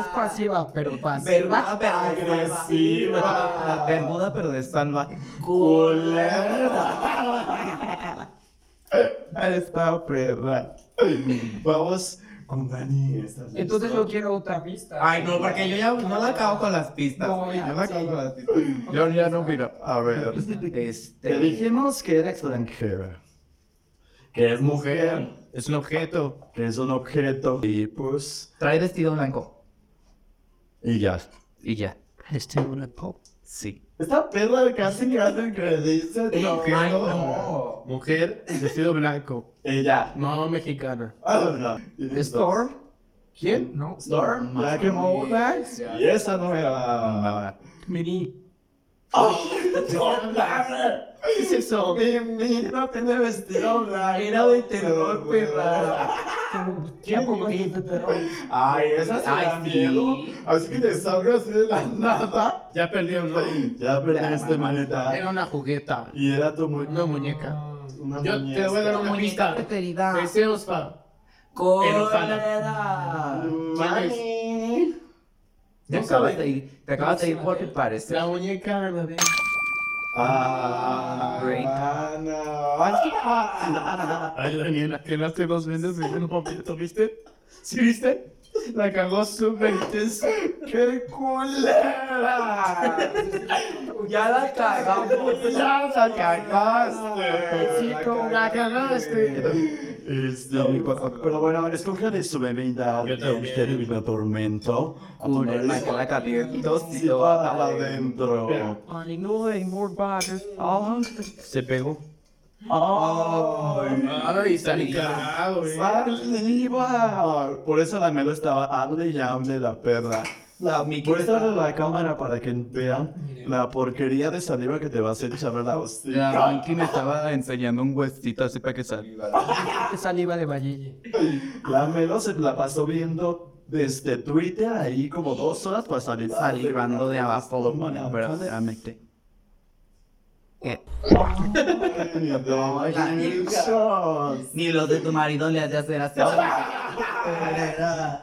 S5: Es pasiva, pero pasiva.
S2: Bermuda, pero
S3: Agresiva.
S2: Bermuda, pero de salva.
S3: Culera. Esta perra. Vamos con Dani. esta es la
S5: Entonces yo quiero otra pista.
S2: Ay, no, porque yo ya no la acabo con las pistas.
S5: No, ya,
S2: yo la acabo
S5: sí.
S2: con las pistas.
S3: Yo ya no mira. A ver. Te
S2: Este.
S3: dijimos que era extranjera. Que es mujer.
S4: Es un objeto.
S3: Que es un objeto. Y pues.
S2: Trae vestido blanco.
S3: Y ya.
S2: Y ya.
S5: Este una pop.
S2: Sí.
S3: Esta perra casi casi que dice no.
S2: Ay, no.
S4: Mujer, vestido blanco.
S3: Y ya.
S4: No mexicana.
S3: Ah, no. Y listo.
S5: Storm.
S4: ¿Quién?
S5: No.
S3: Storm. Black and Mountain. Y esa no era.
S5: Mini.
S3: ¡No mames!
S4: ¿Qué es eso?
S3: Mi mira tiene vestido blanco. Era de terror, perra.
S5: Tiempo moviendo, pero.
S3: Ay, esa se
S2: Ay,
S3: da
S2: sí.
S3: miedo. Así que te salgas de la nada.
S4: Ya perdió, ¿no?
S3: Ya perdiste, maneta.
S4: Era una jugueta.
S3: Y era tu mu
S4: Una muñeca.
S3: una
S4: Yo te voy a dar una pista.
S2: Preferida.
S4: Deseos para.
S2: Colera.
S3: Mami.
S2: Te acabas de ir. Te acabas de ir porque parece.
S4: La muñeca, la de.
S3: Ah,
S2: Great.
S3: no.
S4: Ay, Daniela, que las dos vendes me un papelito, ¿viste? ¿Sí viste? La cagó súper intenso.
S3: ¡Qué culera!
S2: Ya la cagamos.
S3: ¡Ya la cagaste!
S4: Sí, tú la cagaste.
S3: Este, pero bueno, escoge de su bebida.
S4: Yo también.
S3: Usted me atormento.
S2: Culera, que la caliento.
S3: Si va adentro.
S5: Ay, no hay more butter. Oh,
S4: Se pegó.
S3: ¡Ay!
S4: Ay, salí cagado, eh.
S3: Ah,
S4: güey.
S3: ¡Arriba! Por eso la Melo estaba hable y hable la perra. La muestra de la cámara para que vean la porquería de saliva que te va a hacer saber la hostia.
S2: La Mickey me estaba enseñando un huesito así para que saliera.
S5: saliva de valle.
S3: La Melo se la pasó viendo desde Twitter ahí como dos horas para salir
S2: Salivando de abajo,
S3: Mana,
S2: verdaderamente.
S3: No, ay,
S2: La yuca.
S3: Dios.
S2: Ni los de tu marido le has de hacer así.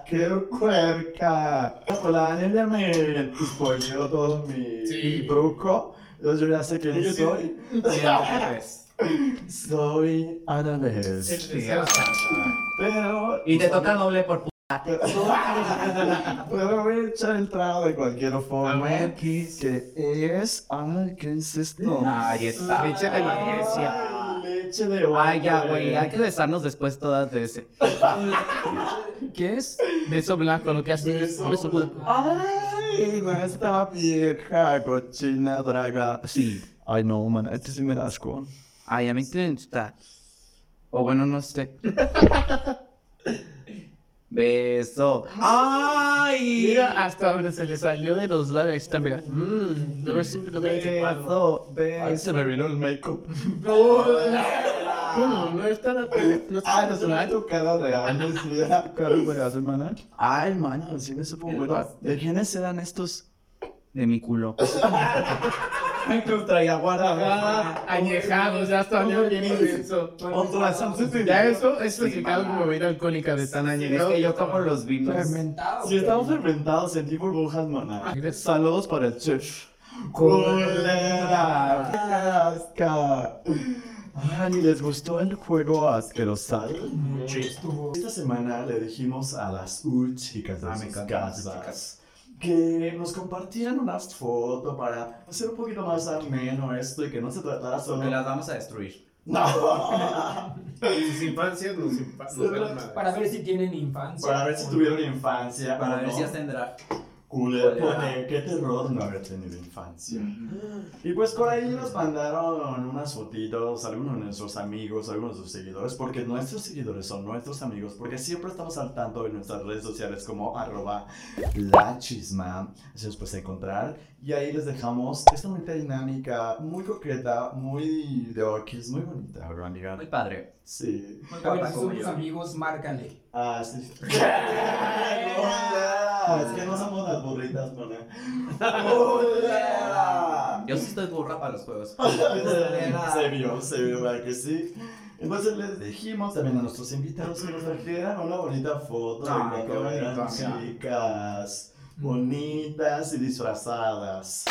S3: ¡Qué puerca! La nena me spoileó todo mi
S4: Sí.
S3: truco. Entonces yo ya sé quién soy. Soy Anales.
S2: Sí.
S3: Pero.
S2: Y te toca doble por
S3: Pero voy a echar el trago de cualquier
S4: A
S3: forma.
S4: ver, ¿qué es?
S3: Que es. Ay, ¿qué es esto?
S2: Ahí está.
S6: Leche de la iglesia.
S3: Ay, Leche de
S6: Ay, ya,
S3: hombre.
S6: güey, hay que besarnos después todas de ese. ¿Qué es? Beso blanco, lo que hace es un beso blanco.
S3: Ay, no, esta vieja cochina draga. Sí. Ay, no, man, este sí me da asco.
S6: Ay, a mí te gusta. O bueno, no sé. Beso. ¡Ay! Mira hasta donde se le salió de los labios. Ahí Está, mira. Mm, no es- no me-
S3: Beso, beso. Se me vino el make-up.
S4: ¿Cómo? No está la no está
S3: Ay, no se me ha tocado de antes. mira, claro, güey, hace semana. Ay, man, sí me supo bueno. ¿De quiénes eran estos?
S6: De mi culo.
S3: Ay, contra Yaguara.
S4: Ah, añejado, ya está oliendo bien intenso.
S3: Contra Samsung.
S4: Ya eso es clasificado como bebida alcohólica de tan
S6: Es
S4: añejado.
S6: que yo como los vinos.
S5: Fermentado.
S3: Si estamos enfrentados, sentí burbujas, maná. Saludos para el chef.
S4: Culera.
S3: ¡Asca! Ah, ni les gustó el juego asquerosal. Esta semana le dijimos a las uh, chicas de
S2: Ah, me
S3: sus
S2: encantan las
S3: casas que nos compartieran unas fotos para hacer un poquito más ameno esto y que no se tratara solo
S2: Porque las vamos a destruir.
S3: No.
S4: Sus infancias nos infa- nos dan madre.
S5: Para ver si tienen infancia.
S3: Para ver si tuvieron infancia.
S2: Para ver
S3: ¿no?
S2: si hacen drag.
S3: Culera, porque qué terror no haber tenido infancia.
S2: Mm.
S3: Y pues por ahí nos mandaron unas fotitos, algunos de nuestros amigos, algunos de sus seguidores, porque nuestros seguidores son nuestros amigos, porque siempre estamos al tanto de nuestras redes sociales como arroba la chisma, así nos puedes encontrar. Y ahí les dejamos esta bonita dinámica, muy concreta, muy de orquis, muy bonita, ¿verdad, amiga?
S2: Muy padre.
S3: Sí.
S2: Muy
S5: A ver
S2: papá
S5: si
S2: como
S5: son tus
S2: yo.
S5: amigos, márcale.
S3: Ah, sí. No, ya, es que no somos las burritas, maná. ¡Hola!
S2: Yo sí estoy burra para los juegos.
S3: Se vio, se vio, ¿verdad que sí? Entonces les dijimos también a nuestros invitados que nos trajeran una bonita foto
S2: Ah,
S3: de
S2: qué
S3: cómo eran
S2: bonito, mira.
S3: chicas bonitas y disfrazadas.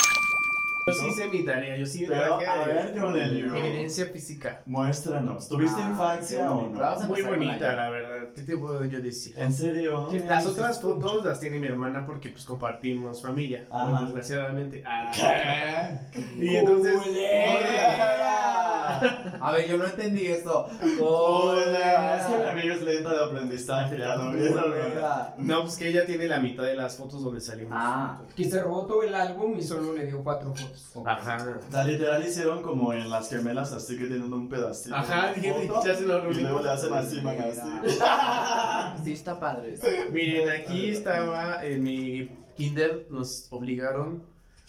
S4: Yo sí hice mi tarea, yo sí
S3: Pero, a ver,
S4: traje
S3: John Elio.
S4: evidencia física.
S3: Muéstranos, ¿tuviste
S2: Ah,
S3: infancia
S2: qué
S3: o
S2: bonito.
S3: no?
S2: Vamos a
S4: Muy
S2: empezar con
S4: bonita,
S2: la-
S4: la verdad. ¿Qué te puedo yo decir?
S3: ¿En serio?
S4: Las otras fotos las tiene mi hermana porque pues compartimos familia,
S3: Ajá.
S4: bueno, desgraciadamente. Ah. y entonces
S2: A ver, yo no entendí eso.
S3: Hola, es que mi
S2: Hola.
S3: amigo es lento de aprendizaje, ya lo vi, lo vi.
S2: Hola.
S4: no, pues que ella tiene la mitad de las fotos donde salimos.
S2: Ah.
S5: Que se robó todo el álbum y solo le dio cuatro fotos.
S4: Ajá.
S3: O sea, literal hicieron como en las gemelas, así que tienen un pedacito.
S4: Ajá,
S3: de
S4: dije,
S3: foto,
S4: ya se lo
S3: Y luego
S4: reunimos.
S3: le hacen así, man, así.
S6: Sí, está padre.
S4: Miren, aquí estaba en mi kinder, nos obligaron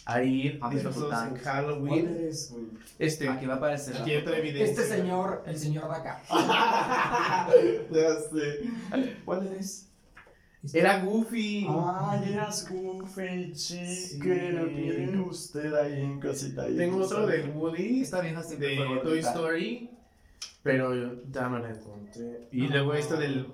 S4: a ir
S2: A ver,
S4: disfrazados en
S2: putas.
S3: ¿Cuál
S4: Halloween.
S3: eres, güey?
S4: Este,
S2: Aquí va a aparecer. la-
S4: aquí hay otra evidencia.
S5: Este señor, el señor de acá.
S3: Ya sé. ¿Cuál eres?
S4: Era Goofy.
S3: Ay, eras Goofy, chica. Lo tiene usted ahí en casita. ahí.
S4: Tengo otro de Woody.
S2: Esta vieja siempre fue
S4: de
S2: gordita.
S4: Toy Story, pero yo ya me la encontré. Y luego esta del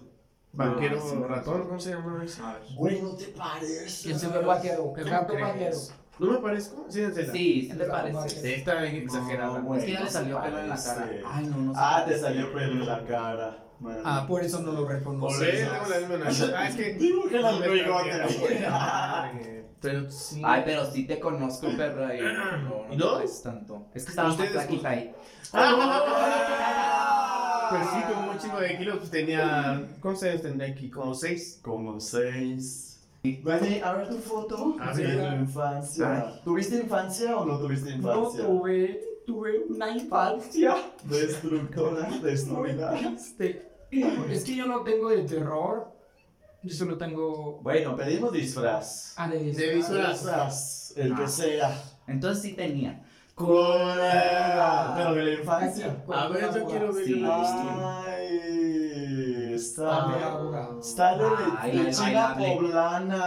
S4: banquero
S2: Ah, sí, me
S4: ratón, ¿cómo se llama eso?
S3: Güey, no te pares.
S5: Que se ve vaquero, que gato
S4: crees?
S5: vaquero.
S4: ¿No me parezco? Sí, en serio.
S2: Sí, sí te parece.
S5: Sí.
S4: Esta es exagerada.
S3: güey.
S2: Es que ya le salió pelo en la cara.
S3: Parece.
S2: Ay, no, no sé.
S3: Ah, te salió pelo en la cara. man.
S5: Ah, por eso no lo
S4: Sí,
S5: reconoce.
S4: tengo la misma nariz. Ah, es que.
S3: Dibuja la bigote.
S4: Madre. Pero sí.
S2: Ay, pero sí te conozco, perro. ahí. No,
S4: ¿Y
S2: no,
S4: no?
S2: te pareces tanto. Es que estaba más
S4: Ustedes-
S2: flaquita ahí.
S4: Pero sí, como un chingo de kilos, pues tenía. ¿Cuántos años tendría aquí? este Como seis.
S3: Como seis. Ah, Vale, a ver tu foto.
S4: A
S3: de
S4: ver.
S3: tu infancia. ¿Tuviste infancia o no tuviste
S5: No
S3: infancia?
S5: tuve, tuve una infancia.
S3: Destructora,
S5: Muy
S3: destruida.
S5: triste. Es que yo no tengo de terror. Yo solo tengo.
S3: Bueno, pedimos disfraz.
S5: Ah, de.
S4: De visual.
S3: Disfraz, el que
S2: Ah.
S3: sea.
S2: Entonces sí tenía.
S3: Colera. Pero de la
S5: Aquí,
S3: infancia.
S5: con
S4: A ver,
S5: una
S4: yo quiero
S5: boda.
S4: ver.
S2: Sí.
S3: Ay,
S5: Ah,
S3: está.
S5: boda.
S3: Está
S2: Ay,
S3: la de-
S2: la
S3: de
S2: del
S3: China
S2: bailable.
S3: Ah, poblana.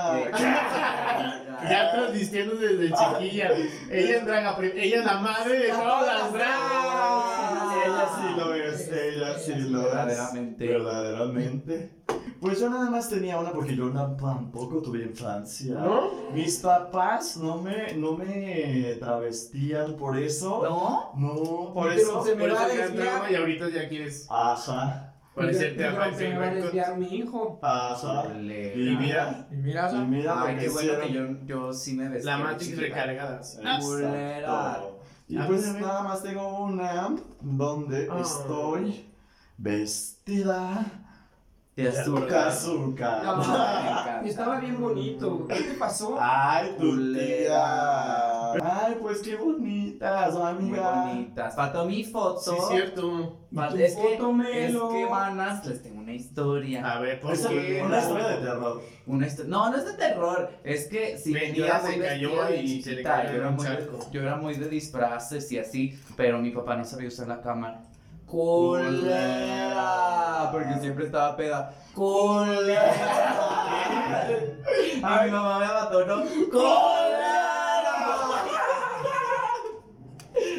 S4: Ya transvistiendo desde chiquilla. Ella es draga, prim- ella es la madre de todas las dragas.
S3: Ella sí lo es, ella sí lo es.
S2: Verdaderamente.
S3: Verdaderamente. Pues yo nada más tenía una porque yo na- tampoco tuve infancia.
S4: ¿No?
S3: Mis papás no me, no me travestían por eso.
S2: ¿No?
S3: No, por
S5: Pero
S3: eso.
S5: se me
S4: Por
S5: va a
S4: eso ya
S5: desviar.
S4: entraba y ahorita ya quieres.
S3: Ajá.
S4: Parecerte a
S5: Pero se
S4: Franklin
S5: me va a
S4: Bacon.
S5: desviar mi hijo.
S3: Pasa.
S2: Ole.
S3: Y mira.
S5: Y mira,
S3: Y mira lo
S2: Ay,
S3: que
S2: qué bueno
S3: hicieron.
S2: que yo, yo sí me desvié.
S4: La Matrix recargada.
S3: Exacto. Y
S4: Ah,
S3: pues
S4: mira, mira.
S3: nada más tengo una donde
S4: Ah.
S3: estoy vestida
S2: De
S3: azúcar,
S2: azúcar.
S5: No,
S3: azúcar.
S5: estaba bien bonito. ¿Qué te pasó?
S4: Ah.
S3: Ay, tu
S2: Culera.
S3: tía. Ay, pues qué bonitas,
S2: Muy
S3: amiga.
S2: bonitas. Faltó mi foto.
S4: Sí, cierto.
S2: Fal-
S5: Tu
S2: Es que,
S5: foto,
S2: es
S5: Melo.
S2: que, manas, les tengo una historia.
S4: A ver, ¿por
S3: Es
S4: qué?
S3: Pues, una historia de terror.
S2: Una histo- no, no es de terror. Es que si
S4: Venía,
S2: venía
S4: se
S2: muy
S4: cayó
S2: vestida de
S4: y se le
S2: chiquita,
S4: cayó
S2: yo era,
S4: en un
S2: muy de,
S4: charco.
S2: yo era muy de disfraces y así, pero mi papá no sabía usar la cámara. ¡Culera! Porque siempre estaba peda. ¡Culera! A mi mamá me abandonó. ¡Culera!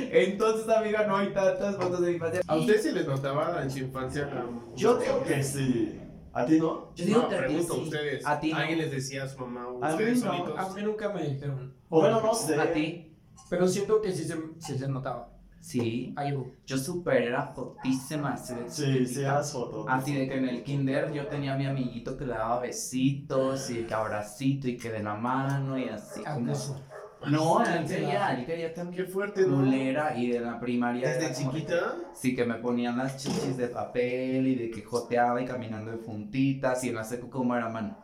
S2: Entonces, amiga, no hay tantas fotos de mi infancia.
S4: ¿A ustedes se les notaba en su infancia la...
S3: Yo digo que sí. ¿A ti no?
S2: Yo digo
S4: no,
S2: que a ti
S4: pregunto a
S2: sí.
S4: ustedes.
S2: A ti no.
S4: ¿Alguien les decía a su mamá o
S3: A mí
S4: ustedes
S3: no.
S4: solitos?
S5: A mí nunca me dijeron.
S3: O bueno, no sé.
S2: A ti.
S5: Pero siento que sí se, sí se notaba
S2: Sí.
S5: algo.
S2: Yo super era fotísima. Así de
S3: Sí, sí,
S2: chiquitita.
S3: haz foto.
S2: Así de que en el kinder yo tenía a mi amiguito que le daba besitos y que abracito y que de la mano y así como...
S5: Acoso.
S2: No, él quería, él quería
S4: Qué
S2: también
S4: fuerte, ¿no?
S2: culera y de la primaria
S4: Desde
S2: era como de-
S4: chiquita.
S2: Sí, que me ponían las chichis de papel y de que joteaba y caminando de puntitas y en la secu como era mano.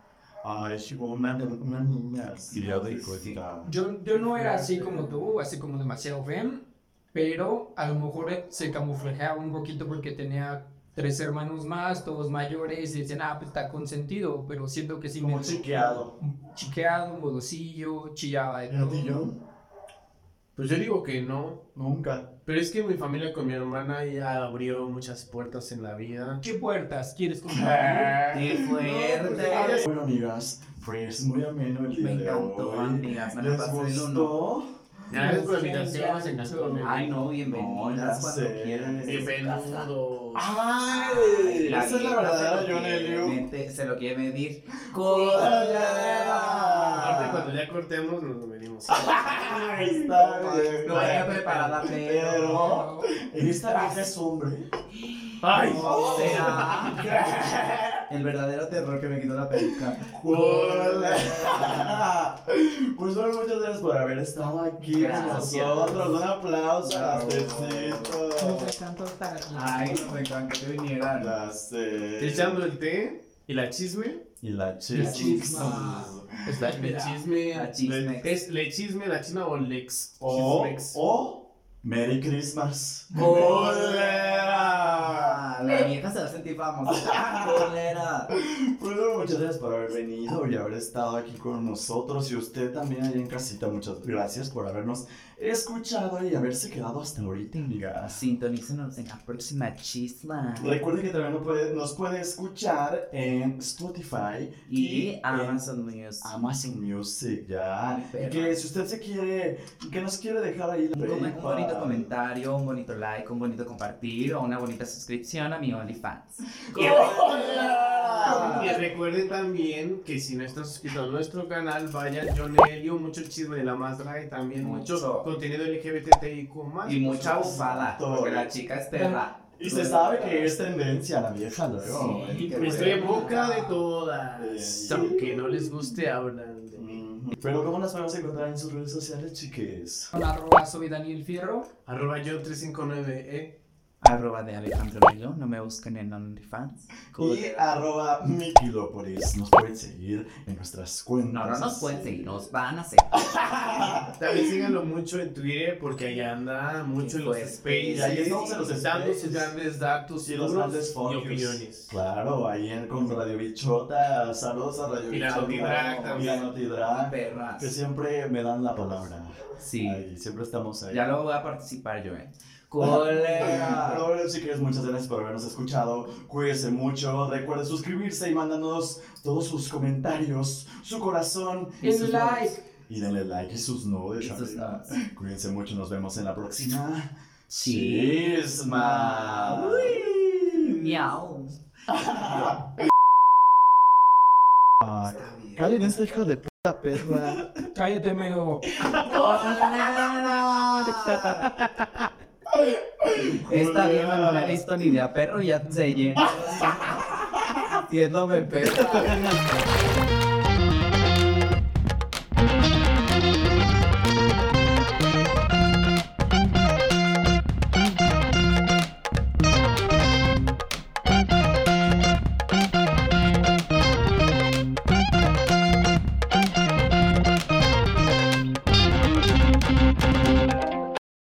S3: Ay, chico, una, una niña así.
S2: pues, Ya doy
S3: Sí.
S5: Yo, yo no era así como tú, así como demasiado fem, pero a lo mejor eh, se camuflajeaba un poquito porque tenía tres hermanos más, todos mayores, y decían, ah, pues está consentido, pero siento que sí
S3: Como
S5: me...
S3: chiqueado.
S5: Chiqueado, modocillo, chillaba. de
S3: ¿Y a
S5: todo.
S3: ti yo?
S4: Pues yo digo que no.
S3: Nunca.
S4: Pero es que mi familia con mi hermana ya abrió muchas puertas en la vida.
S5: ¿Qué puertas quieres
S2: Ah.
S5: comprar?
S2: ¡Qué fuerte!
S3: Bueno, amigas, pues muy ameno el día
S2: Me
S3: de
S2: encantó,
S3: hoy.
S2: amigas, me la
S3: ¿Les
S2: pasé de lo
S3: gustó?
S4: Gracias por la
S5: Sí,
S4: invitación.
S5: ya,
S4: se encantó.
S5: sí.
S2: Ay, no, bienvenidas
S3: No, ya
S2: cuando
S3: sé.
S2: quieran. esta es su casa.
S4: Bienvenidos.
S3: Ah. ¡Ay! Esa es Pues, la
S2: neta
S3: verdadera
S2: se lo
S3: John
S2: quiere
S3: Eliu.
S2: meter- Se lo quiere medir.
S3: ¡Colera!
S4: Aparte,
S2: ¡Colera!
S4: cuando ya cortemos, nos venimos.
S3: Ay, Está bien.
S2: No venía preparada, pero.
S3: Pero en esta vieja es hombre.
S4: ¡Ay!
S2: O sea, el verdadero terror que me quitó la peluca.
S3: ¡Colera! Pues bueno, muchas gracias por haber estado aquí con
S2: Gracias.
S3: nosotros. Un aplauso a las besitos.
S5: Nos encantó estar aquí.
S2: Ay, me encanta que vinieran.
S3: Ya sé.
S4: Echando el té y la chisme.
S3: eh, Y la
S5: La
S3: chisma.
S5: chisma.
S4: Está el
S2: La
S4: chisme.
S2: chisme.
S4: Es le chisme, la chisma o lex.
S3: O,
S4: Chismex.
S3: o Merry Christmas. ¡Colera!
S2: ¡Colera! La vieja se va a sentir famosa. ¡Colera!
S3: Pues bueno, muchas gracias por haber venido y haber estado aquí con nosotros y usted también allá en casita. Muchas gracias por habernos escuchado y haberse quedado hasta ahorita, amigas.
S2: Sintonícenos en la próxima chisma.
S3: Recuerde que también nos puede, nos puede escuchar en Spotify
S2: Y
S3: en
S2: Amazon News.
S3: Amazon Music, ya. Y que si usted se quiere, que nos quiere dejar ahí la
S2: Un, com- un bonito
S3: para-
S2: comentario, un bonito like, un bonito compartir o una bonita suscripción a mi OnlyFans.
S4: Y
S3: ¡Colera!
S4: recuerden también que si no están suscritos a nuestro canal, vayan John Elio, mucho chisme de la más draga y también mucho,
S2: Mucho.
S4: contenido LGBTIQ más.
S2: Y mucha bufada,
S3: Todo.
S2: porque la chica es perra.
S3: Y se sabe que es tendencia la vieja luego.
S2: Sí,
S3: ¿eh?
S2: que
S4: Estoy en boca de todas.
S3: Sí.
S4: Aunque no les guste, hablan de mí.
S3: Ujú. Pero ¿cómo las podemos encontrar en sus redes sociales, chiques?
S5: Arroba, soy Daniel Fierro.
S4: Arroba yo 359, ¿eh?
S2: Arroba de Alejandro Bello, no me busquen en OnlyFans.
S3: Y arroba Miquilópolis. Nos pueden seguir en nuestras cuentas.
S2: No, no nos pueden seguir, nos van a seguir.
S3: Ah,
S4: También síganlo mucho en Twitter porque ahí anda mucho en los
S2: Pues,
S4: spaces.
S3: y ahí estamos en los
S4: dando sus
S3: spaces.
S4: grandes datos
S3: Y los
S4: duros
S3: grandes
S4: y
S3: folios.
S4: opiniones.
S3: Claro, ahí en, con Radio Bichota. Saludos a Radio
S4: Y la
S3: Bichota.
S4: Notidrag
S3: Y
S4: también.
S3: la Notidrag. Que
S2: Perras.
S3: siempre me dan la palabra.
S2: Sí.
S3: Ahí, siempre estamos ahí.
S2: Ya luego voy a participar yo, eh.
S3: Pero
S2: Colega.
S3: bueno, chicas, muchas gracias por habernos escuchado. Cuídense mucho. Recuerden suscribirse y mándanos todos sus comentarios, su corazón. y
S5: Es
S3: sus
S5: like.
S3: Y denle like y sus nodes.
S2: Y sus
S3: amiga.
S2: nodes.
S3: Cuídense mucho, nos vemos en la próxima.
S2: Sí.
S3: Chisma.
S2: Miau.
S3: Ay, Cállense, hijo de puta perra.
S5: Cállate, medio.
S2: Colega. Esta vieja no la he visto ni de a perro, ya se llena. Siéndome perro.